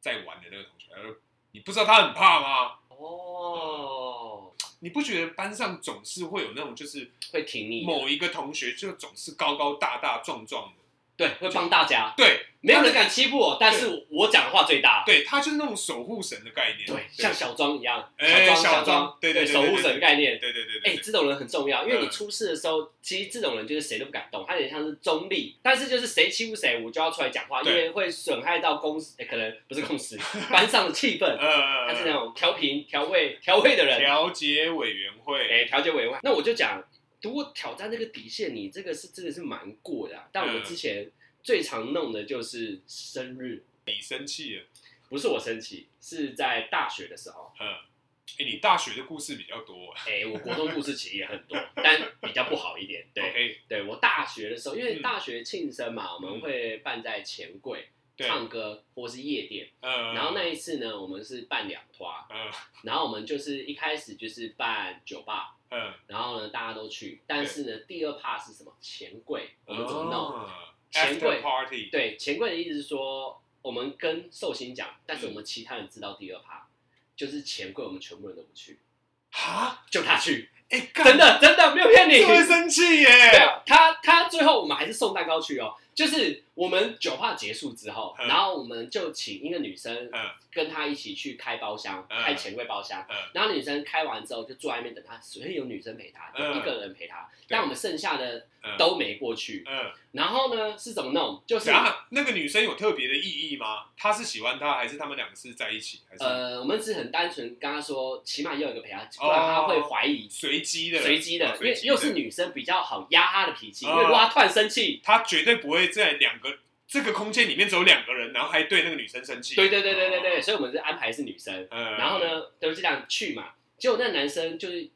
B: 在玩的那个同学，他说：“你不知道他很怕吗？”
A: 哦，
B: 你不觉得班上总是会有那种就是
A: 会挺你的，
B: 某一个同学就总是高高大大壮壮的？
A: 对，会帮大家，
B: 对，
A: 没有
B: 他
A: 人敢欺负我，但是我讲的话最大，
B: 对他就是那种守护神的概念，
A: 对，像小庄一样，
B: 哎
A: 庄
B: 小
A: 小
B: 庄对对
A: 对，
B: 对
A: 守护
B: 对对
A: 神概念，
B: 对对对
A: 哎、
B: 对对，
A: 这种人很重要，因为你
B: 嗯
A: 出事的时候，其实这种人就是谁都不敢动，他有点像是中立，但是就是谁欺负谁，我就要出来讲话，因
B: 对
A: 为会损害到公司，哎可能不是公司，班上的气氛。
B: 呃，
A: 哎他是那种调频、调味、调味的人，
B: 调解委员会，
A: 哎，调解委员会。那我就讲，如果挑战这个底线，你这个是真的是蛮过的、啊。但我
B: 嗯
A: 们之前最常弄的就是生日，
B: 你生气了，
A: 不是我生气，是在大学的时候。
B: 嗯，哎，你大学的故事比较多
A: 哎、我国中故事其实也很多， 但比较不好一点。对，
B: ，OK，
A: 对我大学的时候，因为
B: 嗯
A: 大学庆生嘛，我们会办在钱柜、
B: 对，
A: 唱歌或是夜店。
B: 呃，
A: 然后那一次呢，我们是办两团，
B: 嗯
A: 然后我们就是一开始就是办酒吧，
B: 嗯，
A: 然后呢大家都去，但是呢第二 part 是什么？钱柜，我们怎么弄？
B: 哦
A: 钱柜
B: After party，
A: 对，钱柜的意思是说，我们跟寿星讲，但是我们其他人知道第二 part，就是钱柜我们全部人都不去，
B: 哈，
A: 就他去，
B: 哎，干
A: 真的真的没有骗 你，啊
B: 这会生气
A: 没
B: 耶，
A: 有，他他最后我们还是送蛋糕去哦。就是我们酒吧结束之后，
B: 嗯
A: 然后我们就请一个女生
B: 嗯
A: 跟她一起去开包厢，
B: 嗯
A: 开钱柜包厢
B: 嗯。
A: 然后女生开完之后就坐在那边等她，所以有女生陪她，
B: 嗯
A: 有一个人陪她。
B: 对
A: 但我们剩下的
B: 嗯
A: 都没过去。
B: 嗯，
A: 然后呢是怎么弄？就是
B: 然后那个女生有特别的意义吗？她是喜欢他，还是他们两个是在一起，还是
A: 呃，我们只是很单纯跟她说，起码要有一个陪她，
B: 哦
A: 不然她会怀疑。
B: 随机的？
A: 随机的
B: 哦，
A: 因为又是，女生比较好压她的脾气，因为
B: 哦
A: 如果她突然生气，
B: 他绝对不会在两个这个空间里面只有两个人，然后还对那个女生生气。
A: 对对对对对对，
B: 哦，
A: 所以我们是安排是女生，
B: 嗯
A: 然后？呢都是这样去嘛，结果那男生就是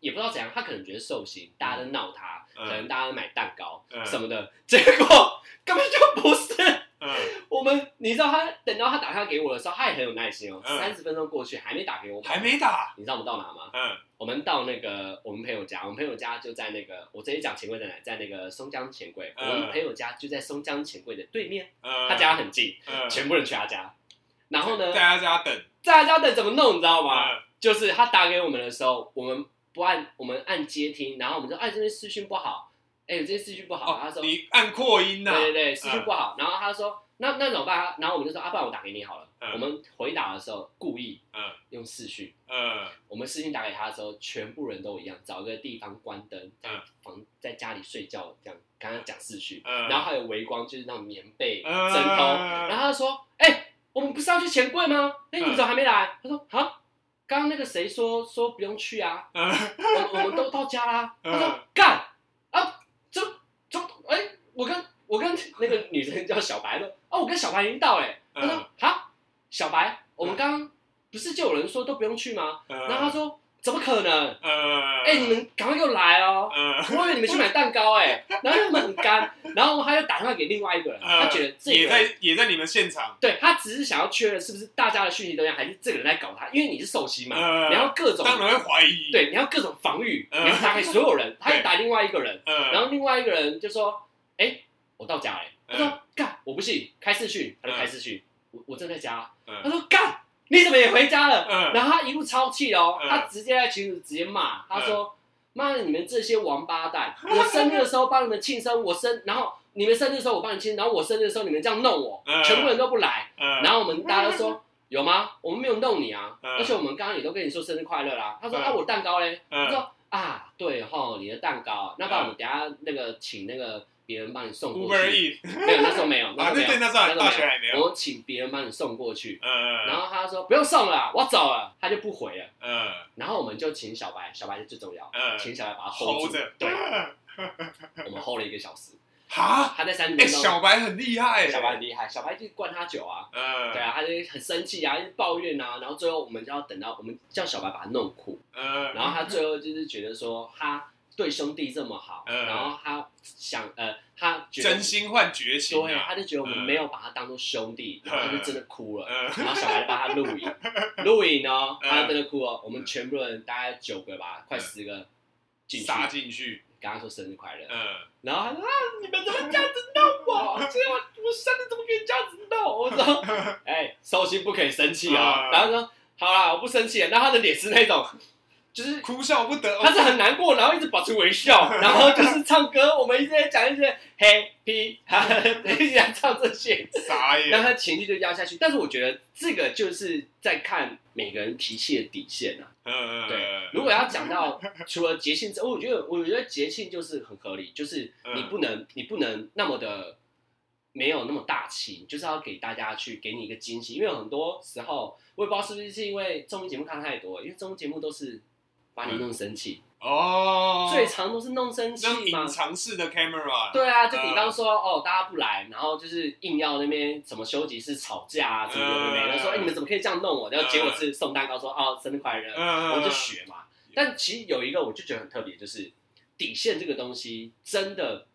A: 也不知道怎样，他可能觉得受刑，大家都闹他，
B: 嗯
A: 可能大家都买蛋糕、
B: 嗯
A: 什么的，结果根本就不是
B: 嗯
A: 我们，你知道他等到他打电话给我的时候，他也很有耐心哦，
B: 嗯
A: 三十、分钟过去还没打给我，
B: 还没打，
A: 你知道我们到哪吗？
B: 嗯
A: 我们到那个我们朋友家，我们朋友家就在那个，我直接讲钱柜在哪，在那个松江钱柜，
B: 嗯
A: 我们朋友家就在松江钱柜的对面，
B: 嗯，
A: 他家很近，
B: 嗯
A: 全部人去他家，然后呢，
B: 在他家等，
A: 大家的怎么弄，你知道吗？
B: 嗯
A: 就是他打给我们的时候，我们不按，我们按接听，然后我们就按、哎这边私讯不好，哎、这边私讯不好，他
B: 哦，
A: 说对
B: 你按扩音啊呐，
A: 对对，私讯不好，然后他说那那怎么办？然后我们就说啊，不然我打给你好了。
B: 嗯
A: 我们回打的时候故意
B: 嗯
A: 用视讯，
B: 嗯
A: 我们视讯打给他的时候，全部人都一样，找个地方关灯，在
B: 嗯
A: 房在家里睡觉，这样刚刚讲视讯，
B: 嗯，
A: 然后还有围光，就是那种棉被、枕
B: 嗯嗯
A: 头，然后他说：“哎、我们不是要去钱柜吗？那、你们怎么还没来？”他说：“啊，刚刚那个谁说说不用去 啊，
B: 嗯
A: 我们我们都到家啦。”
B: 嗯
A: 他说：“干啊，这这哎、我跟我跟那个女生叫小白说，哦、我跟小白已经到嘞、他
B: 嗯
A: 说：“啊，小白，我们刚刚不是就有人说都不用去吗？”
B: 嗯，
A: 然后他说：“怎么可能？
B: 嗯，
A: 哎、你们赶快给我来哦！”
B: 嗯，
A: 我以为你们去买蛋糕 哎、然后他们很干，然后他就打电话给另外一个人，
B: 呃
A: 他觉得这
B: 也
A: 个人
B: 在也在你们现场，
A: 对他只是想要确认是不是大家的讯息都一样，还是这个人在搞他，因为你是寿星嘛，
B: 嗯，
A: 你要各种
B: 当然会怀疑，，
A: 对，你要各种防御，
B: 嗯
A: 你要打给所有人，他又打另外一个人，
B: 嗯，
A: 然后另外一个人就说：“哎，我到家了。”他说：“
B: 呃
A: 干，我不信，开视讯。”他就开视讯，我我正在家。他
B: 嗯
A: 说：“干，你怎么也回家了？”
B: 嗯
A: 然后他一路超气哦，
B: 嗯
A: 他直接在群主直接骂，
B: 呃
A: 他说：“妈的，你们这些王八 蛋！我生日的时候帮你们庆生，我生，然后你们生日的时候我帮你庆，然后我生日的时候你们这样弄我
B: 嗯，
A: 全部人都不来。
B: 嗯，
A: 然后我们大家都说有吗？我们没有弄你啊，
B: 嗯
A: 而且我们刚刚也都跟你说生日快乐啦。”他说：“
B: 嗯
A: 啊，我蛋糕嘞？”他
B: 嗯，
A: 说：“啊，对吼，你的蛋糕啊，那不然我们等一下那个请那个别人帮你送
B: 五
A: 过
B: 而
A: 去。”
B: 已，
A: 没有，那时候没有，那时
B: 啊，
A: 候
B: 对
A: 没有
B: 对，，那时候大学
A: 那
B: 还
A: 时
B: 没
A: 候没有，
B: 有，
A: 我请别人帮你送过去。
B: 嗯，
A: 然后他说不用送了，我走了，他就不回了。
B: 嗯
A: 然后我们就请小白，小白是最重要，
B: 嗯，
A: 请小白把他
B: hold
A: hold 住。
B: 着，
A: 对，我们 hold 了一个小时，
B: 哈，
A: 他在三十
B: 哎，
A: 分钟。
B: 小白很厉害，
A: 小白，很厉害，小白就灌他酒啊，
B: 嗯，
A: 对，啊，他就很生气啊，一直抱怨啊，然后最后我们就要等到我们叫小白把他弄哭，
B: 嗯，
A: 然后他最后就是觉得说他对兄弟这么好，
B: 嗯
A: 然后他想呃，他觉得
B: 真心啊换绝情
A: 对，
B: 啊，
A: 他就觉得我们没有把他当做兄弟，
B: 嗯
A: 然后他就真的哭了。
B: 嗯
A: 然后小白帮他录影，录影哦，
B: 嗯
A: 他真的哭哦。我们全部人大概九个吧，快十个进去，
B: 杀进去，
A: 跟他说生日快乐。
B: 嗯，
A: 然后他说啊，你们怎么这样子弄我？这我我生日怎么可以这样子弄？我说，哎，寿星不可以生气哦。
B: 嗯
A: 然后说，好啦，我不生气了。然后他的脸是那种，就是
B: 哭笑不得。
A: 他是很难过，然后一直保持微笑，然后就是唱歌，我们一直在讲一些 happy，哈哈一直在唱这些，
B: 傻眼，
A: 让他情绪就压下去。但是我觉得这个就是在看每个人脾气的底线啊。
B: 嗯嗯，嗯
A: 对
B: 嗯
A: 如果要讲到除了节庆之，我觉得我觉得节庆就是很合理，就是你不能、你不能那么的没有那么大气，你就是要给大家去给你一个惊喜，因为很多时候我也不知道是不是是因为综艺节目看太多，因为综艺节目都是把你弄生气，
B: 哦，
A: 最常都是弄生
B: 那种
A: 气嘛
B: 隐。藏式的 camera，
A: 对啊，就你刚说、哦，大家不来，然后就是硬要那边什么休息室吵架啊，什么有的没的，
B: 嗯
A: 说哎、你们怎么可以这样弄我？然后结果是送蛋糕说哦生日快乐，
B: 嗯，
A: 我
B: 嗯
A: 就，学嘛。但其实有一个我就觉得很特别，就是底线这个东西真的，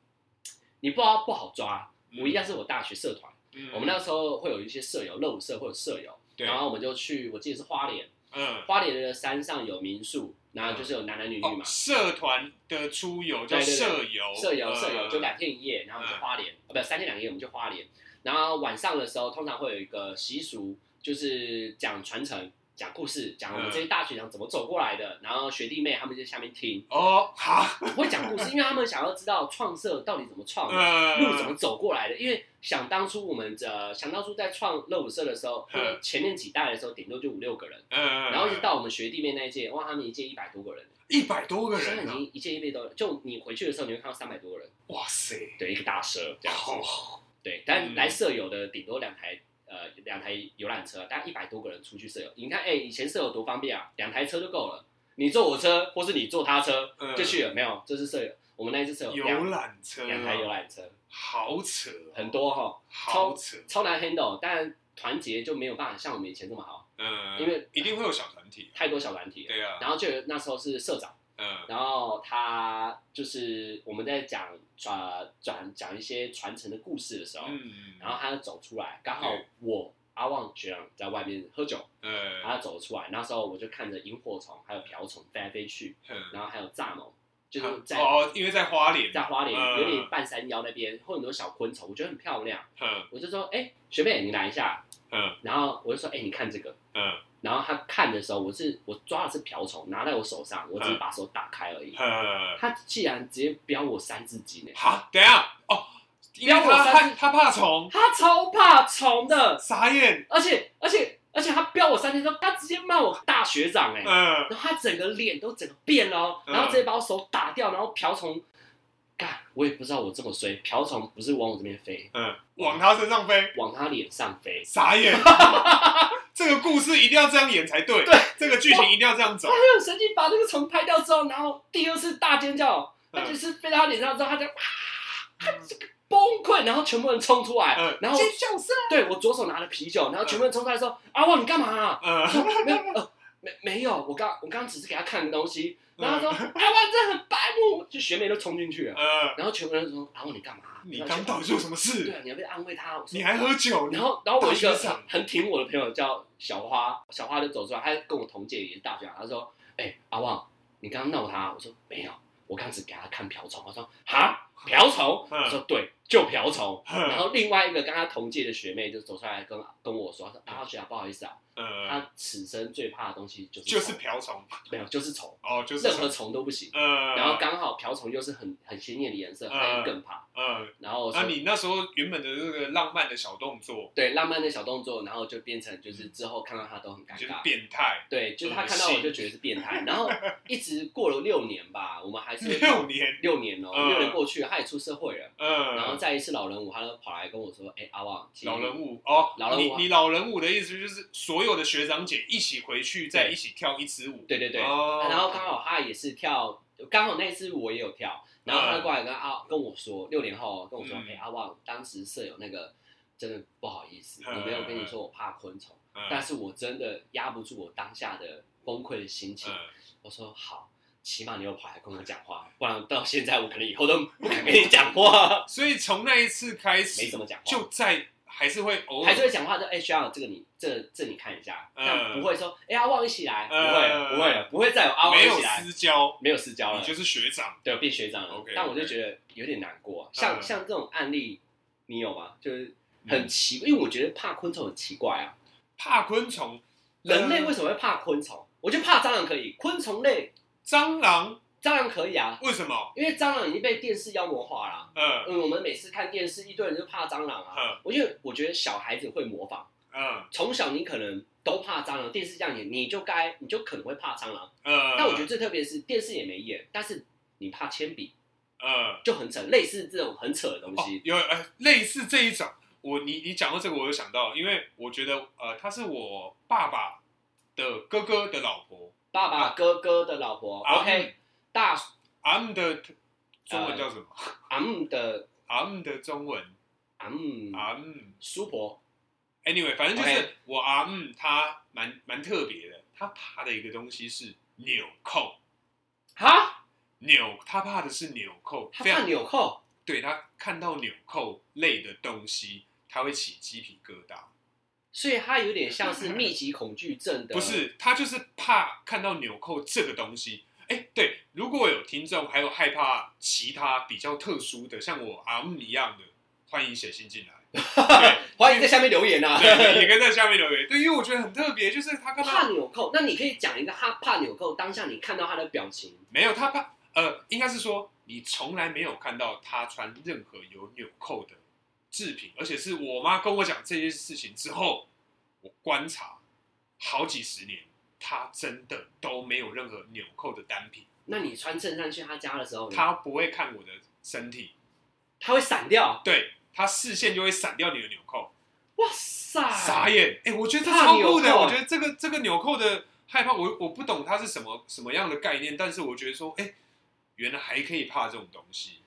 A: 你不知道不好抓。
B: 嗯
A: 我一样是我大学社团，
B: 嗯
A: 我们那时候会有一些舍友，乐舞社会有舍友，
B: 对
A: 然后我们就去，我记得是花莲，
B: 嗯，
A: 花莲的山上有民宿，然后就是有男男女女
B: 哦
A: 嘛，
B: 社团的出游叫
A: 对对对
B: 社游，
A: 舍友
B: 嗯
A: 舍友就两天一夜，然后我们去花莲，呃，不三天两夜我们去花莲，然后晚上的时候通常会有一个习俗，就是讲传承、讲故事、讲
B: 嗯
A: 我们这些大学长怎么走过来的，然后学弟妹他们就在下面听。
B: 哦，好，
A: 不会讲故事，因为他们想要知道创社到底怎么创的，
B: 呃，
A: 路怎么走过来的。因为想当初我们呃，想当初在创乐舞社的时候，
B: 嗯
A: 前面几代的时候，顶多就五六个人，
B: 嗯，嗯，嗯
A: 然后一直到我们学弟妹那一届，哇，他们一届一百多个人，
B: 一百多个
A: 现在
B: 人
A: 已
B: 啊，
A: 经一届一百多人，就你回去的时候，你会看到三百多个人，
B: 哇塞，
A: 对，一个大社这样子，
B: 好，
A: 对，
B: 嗯
A: 但来舍友的顶多两台。呃，两台游览车，大概一百多个人出去舍友。你看，哎、以前舍友多方便啊，两台车就够了。你坐我车，或是你坐他车
B: 嗯
A: 就去了。没有，这是舍友，我们那一次舍友两
B: 游览车，啊
A: 两台游，览车，
B: 好扯哦，
A: 很多哈，
B: 好扯，
A: 超难 handle。但团结就没有办法像我们以前这么好，
B: 嗯，
A: 因为
B: 一定会有小团体，
A: 太多小团体了。
B: 对啊，
A: 然后就有那时候是社长，
B: 嗯
A: 然后他就是我们在讲转转讲一些传承的故事的时候，
B: 嗯，
A: 哦然后他就走出来，刚好
B: 对
A: 我阿旺学长在外面喝酒，
B: 呃，
A: 他走出来，那时候我就看着萤火虫还有瓢虫飞来飞去，
B: 嗯
A: 然后还有蚱蜢，就是在
B: 哦，因为在花莲，
A: 在花莲
B: 嗯
A: 有点半山腰那边会有很多小昆虫，我觉得很漂亮。
B: 嗯
A: 我就说，哎、学妹你来一下，
B: 嗯
A: 然后我就说，哎、你看这个，
B: 嗯
A: 然后他看的时候，我是我抓的是瓢虫，拿在我手上，我只是把手打开而已。
B: 嗯，
A: 他既然直接标我三字经呢，
B: 好，等一下哦，因为
A: 不要
B: 他
A: 我
B: 他
A: 三
B: 他怕虫，
A: 他超怕虫的，
B: 傻眼，
A: 而且而且而且他标我三字经，他直接骂我大学长哎、
B: 嗯，
A: 然后他整个脸都整个变了、哦，
B: 嗯
A: 然后直接把我手打掉，然后瓢虫，干，我也不知道我这么衰，瓢虫不是往我这边飞，
B: 嗯，往他身上飞，
A: 往他脸上飞，
B: 傻眼。 这个故事一定要这样演才对，这个剧情一定要这样走
A: 他。很有神经，把那个虫拍掉之后，然后第二次大尖叫，
B: 嗯
A: 他就是飞到他脸上之后，他就啊，他这个崩溃，然后全部人冲出来，
B: 嗯
A: 然后我
B: 叫声，
A: 对我左手拿了啤酒，然后全部人冲出来说：“阿旺，你干嘛啊、我
B: 嗯，
A: 说没有，呃没没有，我刚我刚刚只是给他看个东西。”
B: 嗯
A: 然 后他说：“阿旺，这很白目。”就学妹都冲进去了，
B: 呃，
A: 然后全部人都说：“阿旺，你干嘛、啊
B: 你刚到底做什
A: 对
B: 么事？
A: 啊，你要被安慰他。”我说
B: 你还喝酒？你
A: 然后，然后我一个
B: 大学长
A: 很挺我的朋友叫小花，小花就走出来，她跟我同届，也是大学长。她说：“哎、阿旺，你刚刚闹他？”我说：“没有，我刚只给他看瓢虫。”她说：“哈，瓢虫？”
B: 嗯
A: 我说：“对，就瓢虫。”
B: 嗯
A: 然后另外一个跟他同届的学妹就走出来跟跟我说：“她说啊，学长，不好意思啊，
B: 呃，
A: 她此生最怕的东西就是
B: 就是
A: 虫
B: 瓢虫
A: 没有就是虫，
B: 哦，就是
A: 任何虫都不行。
B: 呃，
A: 然后刚好瓢虫又是很很鲜艳的颜色，
B: 嗯
A: 她也更怕。
B: 呃，
A: 然后我说
B: 那你那时候原本的这个浪漫的小动作，
A: 对浪漫的小动作，然后就变成就是之后看到她都很尴
B: 就是
A: 尬。”
B: 变 态，
A: 对，就是
B: 嗯
A: 他看到我就觉得是变态，然后一直过了六年吧，我们还是
B: 六年，
A: 六年哦、
B: 嗯
A: 六年过去，他也出社会了，然后
B: 呃，
A: 在一次老人舞，他就跑来跟我说：“哎、阿旺，其实
B: 老人物哦，
A: 老人舞
B: 你
A: 啊
B: 你老人物的意思就是所有的学长姐一起回去再一起跳一支舞，
A: 对对对，
B: 哦
A: 然后刚好他也是跳，刚好那次我也有跳，然后他就过来跟阿、跟我说，六年后跟我说：“哎、
B: 嗯
A: 阿旺，当时舍友那个真的不好意思，
B: 嗯
A: 我没有跟你说我怕昆虫，但
B: 嗯
A: 是我真的压不住我当下的崩溃的心情。”
B: 嗯
A: 我说好，起码你有跑来跟我讲话，不然到现在我可能以后都不敢跟你讲话，
B: 所以从那一次开
A: 没
B: 始
A: 怎，么讲话，
B: 就在还是会偶尔
A: 还是会讲话就哎，学长，这个你这这你看一下，
B: 嗯
A: 但不会说哎阿旺一起来，不
B: 嗯
A: 会了，不会了，不会再有阿旺
B: 没
A: 一
B: 有
A: 起来，
B: 私交，
A: 没有私交了
B: 你，就是学长，
A: 对，变学长了
B: OK，OK。
A: 但我就觉得有点难过，啊像
B: 嗯
A: 像这种案例，你有吗？就是很奇，因为我觉得怕昆虫很奇怪啊，
B: 怕昆虫，
A: 人类
B: 呃
A: 为什么会怕昆虫？我就怕蟑螂可以，昆虫类
B: 蟑螂
A: 蟑螂可以啊，
B: 为什么？
A: 因为蟑螂已经被电视妖魔化啦。
B: 嗯
A: 嗯，我们每次看电视，一堆人就怕蟑螂啊。
B: 嗯
A: 我觉得，我觉得小孩子会模仿，
B: 嗯
A: 从小你可能都怕蟑螂，电视这样演，你就该，你就可能会怕蟑螂。
B: 嗯。
A: 但我觉得最特别的是电视也没演，但是你怕铅笔
B: 嗯
A: 就很扯，类似这种很扯的东
B: 哦
A: 西。
B: 有呃类似这一种，我你你讲到这个，我有想到，因为我觉得呃他是我爸爸的哥哥的老婆，
A: 爸爸哥哥的老婆
B: 啊
A: ，OK，大呃
B: 俺们的中文叫什么？
A: 阿姆的
B: 俺们的中文
A: 阿姆
B: 俺们
A: 叔婆，
B: Anyway，反正就
A: 嗯
B: 是
A: OK
B: 我阿嗯，他蛮蛮特别的，他怕的一个东西是纽扣，
A: 哈，
B: 纽他怕的是纽扣，
A: 他
B: 非
A: 怕
B: 常
A: 纽扣，
B: 对他看到纽扣类的东西，他会起鸡皮疙瘩。
A: 所以他有点像是密集恐惧症的，
B: 不是，他就是怕看到纽扣这个东西。哎，对，如果有听众还有害怕其他比较特殊的，像我阿嗯一样的，欢迎写信进 来，
A: 欢迎在下面留言 啊。
B: 对，也可以在下面留言。对，因为我觉得很特别，就是他看到
A: 怕纽扣，那你可以讲一个他怕纽扣，当下你看到他的表情，
B: 没有，他怕呃，应该是说你从来没有看到他穿任何有纽扣的制品，而且是我妈跟我讲这件事情之后，我观察好几十年，他真的都没有任何纽扣的单品，
A: 那你穿衬衫去他家的时候呢，
B: 他不会看我的身体，
A: 他会闪掉，
B: 对他视线就会闪掉你的纽扣，
A: 哇塞，
B: 傻眼！哎、我觉得这
A: 怕
B: 超酷
A: 纽
B: 的，
A: 扣
B: 我觉得这个这个纽扣的害怕，我我不懂它是什么什么样的概念，但是我觉得说，哎、原来还可以怕这种东西。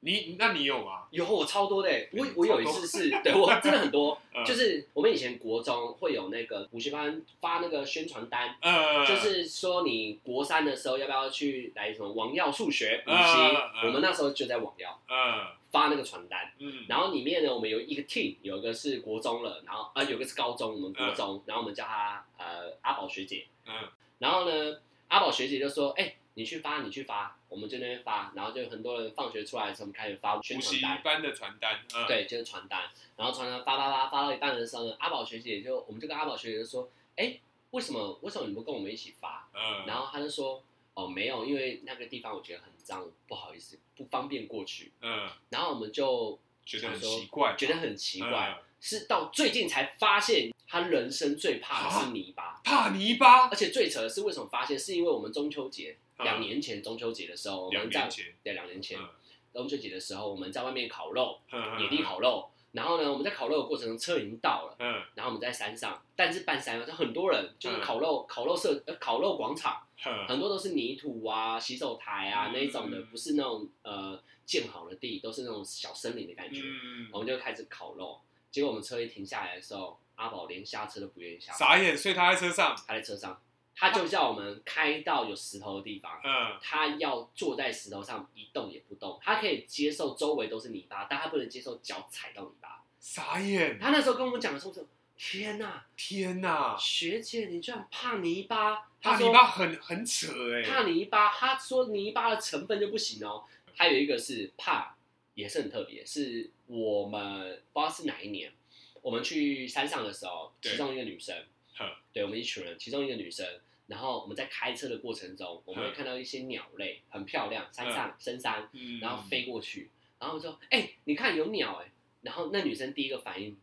B: 你那你有吗？
A: 有我超多的欸，我
B: 嗯
A: 我有一次是对我真的很多
B: 嗯，
A: 就是我们以前国中会有那个补习班发那个宣传单，
B: 呃，
A: 就是说你国三的时候要不要去来什么王耀数学补
B: 嗯嗯
A: 习，
B: 嗯
A: 我们那时候就在网耀
B: 呃，
A: 发那个传单，
B: 嗯，
A: 然后里面呢我们有一个 team，有一个是国中了，然后呃有一个是高中，我们国中，然后我们叫他呃阿宝学姐，
B: 嗯
A: 然后呢阿宝学姐就说，哎、你去发，你去发，我们就那边发，然后就很多人放学出来的时候，我们开始发宣传
B: 补习
A: 单。
B: 班的传单，呃，
A: 对，就是传单，然后传单发发发发到一半的时候呢，阿宝学姐就我们就跟阿宝学姐就说，哎，为什么为什么你不跟我们一起发？
B: 呃，
A: 然后她就说，哦，没有，因为那个地方我觉得很脏，我不好意思，不方便过去。
B: 呃，
A: 然后我们就
B: 觉得很
A: 想说
B: 奇怪，
A: 觉得很奇怪，
B: 呃
A: 是到最近才发现，他人生最怕的是泥巴，
B: 怕泥巴嗯
A: 而，且最扯的是为什么发现，是因为我们中秋节两年前中秋节的时候，
B: 呃
A: 我
B: 两
A: 们在
B: 年前，
A: 对两年前
B: 嗯
A: 中秋节的时候，我们在外面烤肉。
B: 嗯
A: 野地，烤肉。然后呢，我们在烤肉的过程中，车已经到了，
B: 嗯
A: 然后我们在山上，但是半山腰，就很多人，就是
B: 嗯
A: 烤肉、烤肉社、呃、烤肉广场，
B: 嗯
A: 很多都是泥土啊、洗手台啊
B: 嗯
A: 那一种的，不是那种呃建好的地，都是那种小森林的感觉。
B: 嗯
A: 我，们就开始烤肉，结果我们车一停下来的时候，阿宝连下车都不愿意下，
B: 傻眼，所以他在车上，
A: 他在车上，他就叫我们开到有石头的地方。
B: 嗯
A: 他要坐在石头上一动也不动，他可以接受周围都是泥巴，但他不能接受脚踩到泥巴。
B: 傻眼，
A: 他那时候跟我们讲的时候，我说：“天哪、
B: 天哪，
A: 学姐，你居然怕泥巴？”
B: 怕
A: 他说
B: 泥巴很很扯哎，
A: 怕泥巴，他说泥巴的成分就不行哦。还有一个是怕，也是很特别，是我们不知道是哪一年，我们去山上的时候，
B: 对
A: 其中一个女生
B: 哼，
A: 对我们一群人，其中一个女生，然后我们在开车的过程中，我们会看到一些鸟类，很漂亮，山上深山，
B: 嗯
A: 然后飞过去，然后我说：“哎、你看有鸟哎、然后那女生第一个反应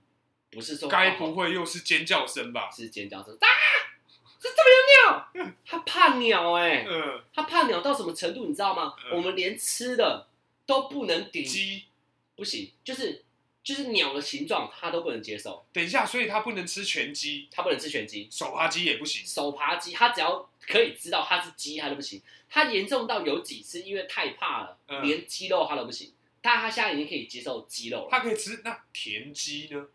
A: 不是说哦
B: 该不会又是尖叫声吧？
A: 是尖叫声啊！这这么有鸟？他怕鸟 哎、
B: 嗯，
A: 他怕鸟到什么程度，你知道吗？
B: 嗯
A: 我们连吃的都不能顶，
B: 鸡，
A: 不行，就是就是鸟的形状他都不能接受，
B: 等一下，所以他不能吃全鸡，
A: 他不能吃全鸡，
B: 手扒鸡也不行，
A: 手扒鸡，他只要可以知道它是鸡，他都不行。他严重到有几次因为太怕了，
B: 嗯
A: 连鸡肉他都不行，但他现在已经可以接受鸡肉了。
B: 他可以吃那田鸡呢？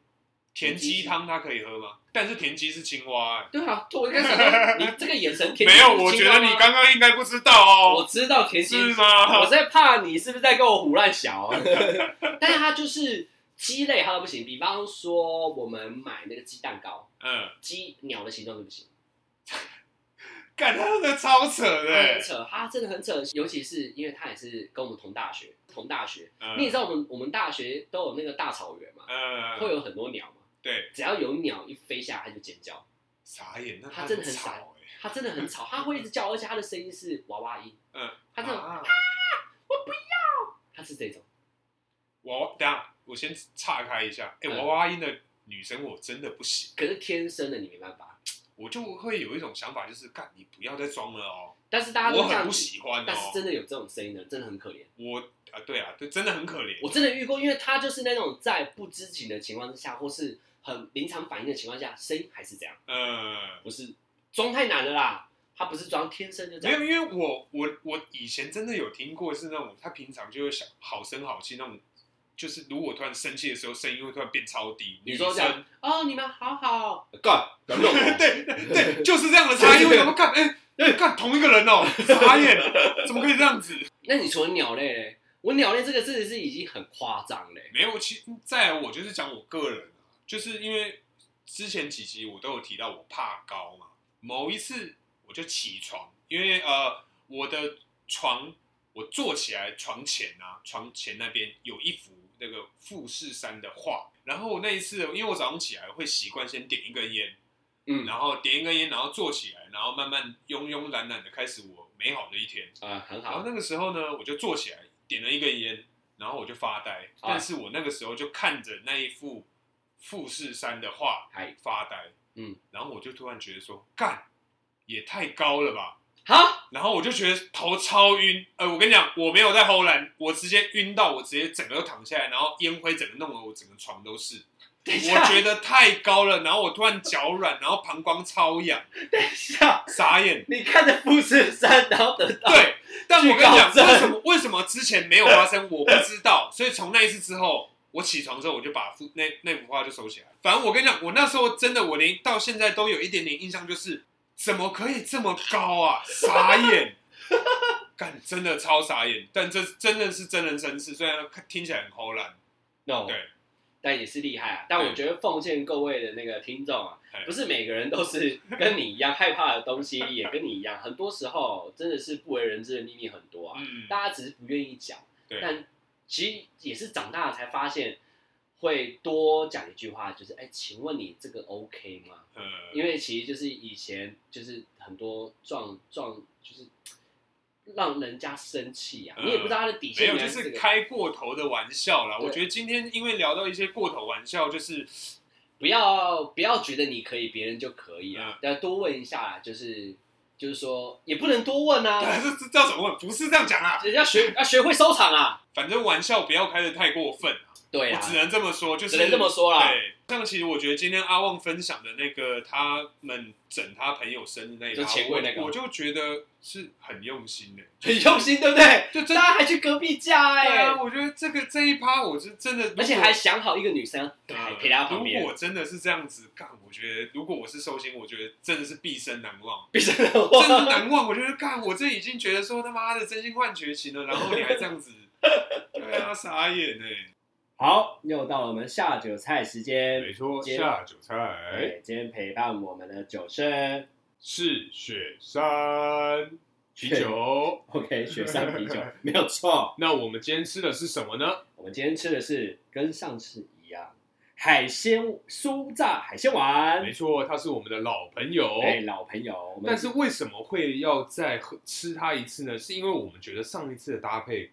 A: 田
B: 田
A: 鸡
B: 鸡汤他可以喝吗？但是田鸡是青蛙、哎
A: 对啊，我 刚想说你这个眼神甜，
B: 没有，我觉得你刚刚应该不知道
A: 我
B: 哦，
A: 知道甜心
B: 是吗？
A: 我在怕你是不是在跟我胡乱想、啊？ 但是它就是鸡类，它都不行。比方说，我们买那个鸡蛋糕，
B: 嗯，
A: 鸡鸟的形状都不行，
B: 干他那超扯的、
A: 它很
B: 哎
A: 扯，它真的很扯。尤其是因为它也是跟我们同大学，同大学，你也知
B: 嗯
A: 道我们我们大学都有那个大草原嘛，会
B: 嗯，
A: 有很多鸟嘛，
B: 对，
A: 只要有鸟一飞下，它就尖叫，
B: 傻眼，那
A: 他
B: 他
A: 真的很欸
B: 吵、哎，
A: 他真的很吵，他会一直叫，而且他的声音是娃娃音，
B: 嗯，
A: 他这种
B: 啊，
A: 他是这种，
B: 我等一下我先岔开一下，哎、
A: 啊嗯
B: 娃娃音的女生我真的不行，
A: 可是天生的你没办法。
B: 我就会有一种想法，就是干你不要再装了哦，
A: 但是大家都
B: 我
A: 这
B: 很
A: 样
B: 不
A: 子，
B: 喜欢
A: 但是
B: 哦，
A: 真的有这种声音的，真的很可怜。
B: 我啊对啊，对，真的很可怜，
A: 我真的遇过，因为他就是那种在不知情的情况之下，或是很临场反应的情况下，声音还是这样，
B: 呃，
A: 不是装太难了啦，他不是装天生就这
B: 没有，
A: 样，
B: 因为我我我以前真的有听过是那种他平常就会想好声好气那种，就是如果突然生气的时候，声音会突然变超低，
A: 你
B: 女
A: 说这样
B: 生
A: 哦，你们好好干，不要弄 我
B: 对对， 就是这样的差异。我怎么看？哎、哎，看同一个人哦、傻眼，怎么可以这样子？
A: 那你除了鸟类嘞？我鸟类这个真的是已经很夸张嘞。
B: 没有，其实再来我就是讲我个人啊，就是因为之前几集我都有提到我怕高嘛。某一次我就起床，因为呃我的床我坐起来床前啊，床前那边有一幅那个富士山的画。然后那一次，因为我早上起来会习惯先点一根烟，
A: 嗯
B: 然后点一根烟，然后坐起来，然后慢慢慵慵懒懒的开始我美好的一天。
A: 啊，很
B: 然后
A: 好，
B: 那个时候呢，我就坐起来点了一根烟，然后我就发呆。
A: 啊
B: 但是我那个时候就看着那一幅富士山的画
A: 嗨，
B: 发呆，
A: 嗯，
B: 然后我就突然觉得说，干，也太高了吧。
A: 好，
B: 然后我就觉得头超晕，呃，我跟你讲，我没有在偷懒，我直接晕到我直接整个都躺下来，然后烟灰整个弄得我整个床都是，
A: 等一
B: 我
A: 下，
B: 觉得太高了，然后我突然脚软，然后膀胱超痒，
A: 等一下，
B: 傻眼。
A: 你看着富士山，然后得到，
B: 对，但我跟你讲，
A: 去告
B: 为
A: 证
B: 什么为什么之前没有发生，我不知道。所以从那一次之后，我起床之后我就把幅那那幅画就收起来。反正我跟你讲，我那时候真的，我连到现在都有一点点印象，就是怎么可以这么高啊？傻眼，干真的超傻眼。但这真的是真人真事，虽然听起来很偷懒，
A: no，
B: 对，
A: 但也是厉害啊。但我觉得奉劝各位的那个听众啊
B: 哎，
A: 不是每个人都是跟你一样害怕的东西，也跟你一样，很多时候真的是不为人知的秘密很多啊，
B: 嗯，
A: 大家只是不愿意讲。
B: 对，
A: 但其实也是长大了才发现，会多讲一句话，就是哎，请问你这个 OK 吗？
B: 呃，
A: 因为其实就是以前就是很多撞撞就是让人家生气啊，
B: 嗯
A: 你也不知道他的底
B: 没
A: 线
B: 有，
A: 原
B: 就
A: 来这
B: 是
A: 个。
B: 开过头的玩笑啦。
A: 对
B: 我觉得今天因为聊到一些过头玩笑，就是
A: 不要不要觉得你可以，别人就可以
B: 嗯
A: 啊，要多问一下啦，就是就是说也不能多问 啊，
B: 这这叫什么问？不是这样讲啊。
A: 人家学要学会收场啊，
B: 反正玩笑不要开的太过分啊，
A: 对
B: 我
A: 啊，
B: 只能这么说，就是
A: 只能这么说啦。
B: 对，像其实我觉得今天阿旺分享的那个他们整他朋友生日那一
A: 就
B: 趴
A: 前
B: 我
A: 卫那个
B: 我就觉得是很用心的、
A: 很用心，对不对？
B: 就真
A: 大家
B: 的
A: 还去隔壁家
B: 对
A: 哎、
B: 啊，我觉得这个这一趴我是真的，
A: 而且还想好一个女生要
B: 呃
A: 陪陪她旁
B: 如
A: 边，
B: 果真的是这样子干，我觉得如果我是寿星，我觉得真的是毕生难 忘。
A: 必须
B: 真的
A: 我
B: 难忘。我觉得，干，我这已经觉得说他妈的真心换绝情了，然后你还这 样子，对啊，傻眼哎、
A: 好，又到了我们下酒菜时间。
B: 错哎
A: 今天下
B: 酒菜
A: 对，今天陪伴我们的酒生
B: 是雪山啤酒。
A: ，OK，雪山啤 酒没有错。
B: 那我们今天吃的是什么呢？
A: 我们今天吃的是跟上次一样，海鲜酥炸海鲜丸
B: 没。错，他是我们的老朋友。
A: 哎，老朋友，我们
B: 但是为什么会要再喝吃它一次呢？是因为我们觉得上一次的搭 配，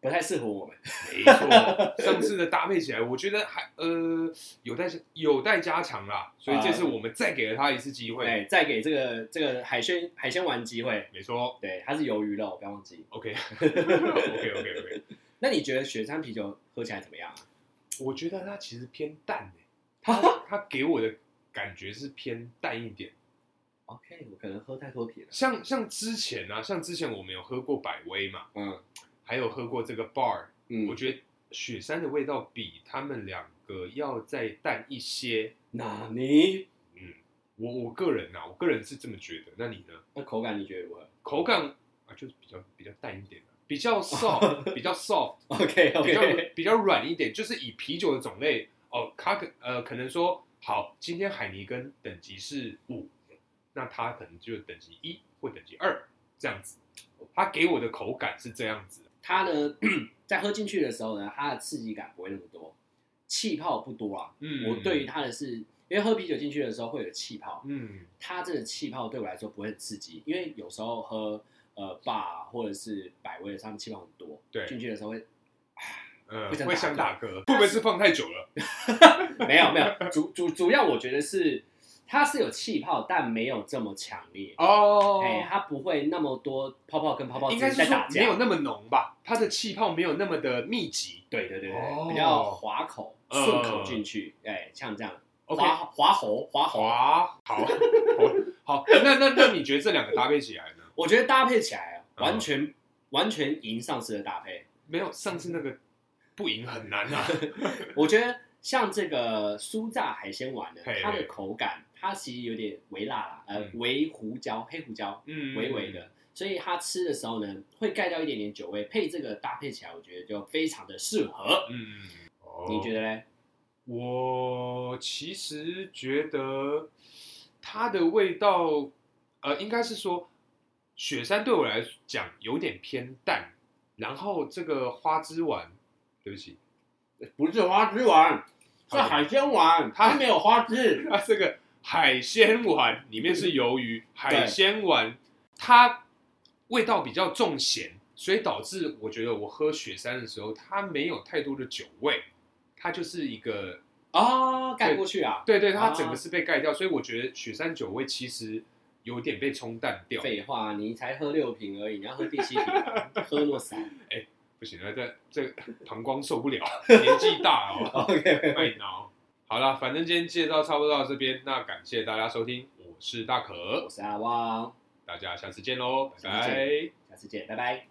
A: 不太适合我们。
B: 没错，上次的搭配起来，我觉得还呃有待有待加强啦。所以这次我们再给了他一次机会。
A: 哎，再给这个这个海鲜海鲜丸机会。
B: 没错
A: 对，它是鱿鱼肉，不要忘记。
B: ，OK OK OK OK，
A: 那你觉得雪山啤酒喝起来怎么样啊？
B: 我觉得它其实偏淡诶、 它它给我的感觉是偏淡一点。
A: OK，我可能喝太多啤了。
B: 像像之前啊，像之前我们有喝过百威嘛，
A: 嗯
B: 还有喝过这个 bar，、我
A: 嗯，
B: 觉得雪山的味道比他们两个要再淡一些。
A: 那你
B: 嗯，我我个人啊，我个人是这么觉得。那你呢？
A: 那口感你觉得如何
B: 口感啊，就是比较比较淡一点、啊比较 soft，比较 soft，
A: ？OK
B: 比较
A: OK，
B: 比较软一点，就是以啤酒的种类哦，它可呃可能说好，今天海尼根等级是五，那它可能就等级一或等级二这样子。它给我的口感是这样子，
A: 它呢 在喝进去的时候呢，它的刺激感不会那么多，气泡不多啊。
B: 嗯
A: 我对于它的是因为喝啤酒进去的时候会有气泡，
B: 嗯，
A: 它这个气泡对我来说不会很刺激，因为有时候喝呃 bar 或者是百威的，他们气泡很多，
B: 对
A: 进去的时候会
B: 呃
A: 会想
B: 会
A: 打
B: 想
A: 嗝
B: 打嗝，会不会是放太久了？
A: 没有没有，主主主要我觉得是它是有气泡，但没有这么强烈。
B: 哦
A: 哎、它不会那么多泡泡跟泡泡之
B: 应该
A: 间在
B: 是说
A: 打
B: 没
A: 架，
B: 有那么浓吧，它的气泡没有那么的密集。
A: 对对对对，
B: 哦
A: 比较滑口、
B: 嗯
A: 顺口进去，哎、像这样
B: OK，哦
A: 滑滑喉、滑喉。
B: 哇，好，好，好，那那那你觉得这两个搭配起来呢？
A: 我觉得搭配起来啊
B: 嗯
A: 完全、完全赢上次的搭配。
B: 没有上次那个不赢很难 啊。
A: 我觉得像这个酥炸海鲜丸呢
B: 嘿嘿，
A: 它的口感它其实有点微辣啦，呃
B: 嗯，
A: 微胡椒、黑胡椒，
B: 嗯
A: 微微的，所以它吃的时候呢，会盖掉一点点酒味，配这个搭配起来，我觉得就非常的适合。
B: 嗯，哦
A: 你觉得嘞？
B: 我其实觉得它的味道，呃，应该是说雪山对我来讲有点偏淡，然后这个花枝丸，对不起，
A: 不是花枝丸，
B: 是海
A: 鲜丸，
B: 它
A: 没有花 枝。
B: 它啊这个海鲜丸里面是鱿鱼，海鲜丸它味道比较重咸，所以导致我觉得我喝雪山的时候，它没有太多的酒味，它就是一个
A: 哦，盖过去啊！
B: 对对，它
A: 啊
B: 整个是被盖掉，所以我觉得雪山酒味其实有点被冲淡掉。
A: 废话，你才喝六瓶而已，你要喝第七瓶 啊，喝那么散。
B: 不行了，这这膀胱受不 了，年纪大 哦，
A: OK，
B: 卖脑。好了，反正今天介绍差不多到这边，那感谢大家收听，我是大可
A: 我，是阿汪，
B: 大家下次见喽，拜
A: 下次
B: 拜。
A: 下次见，拜拜。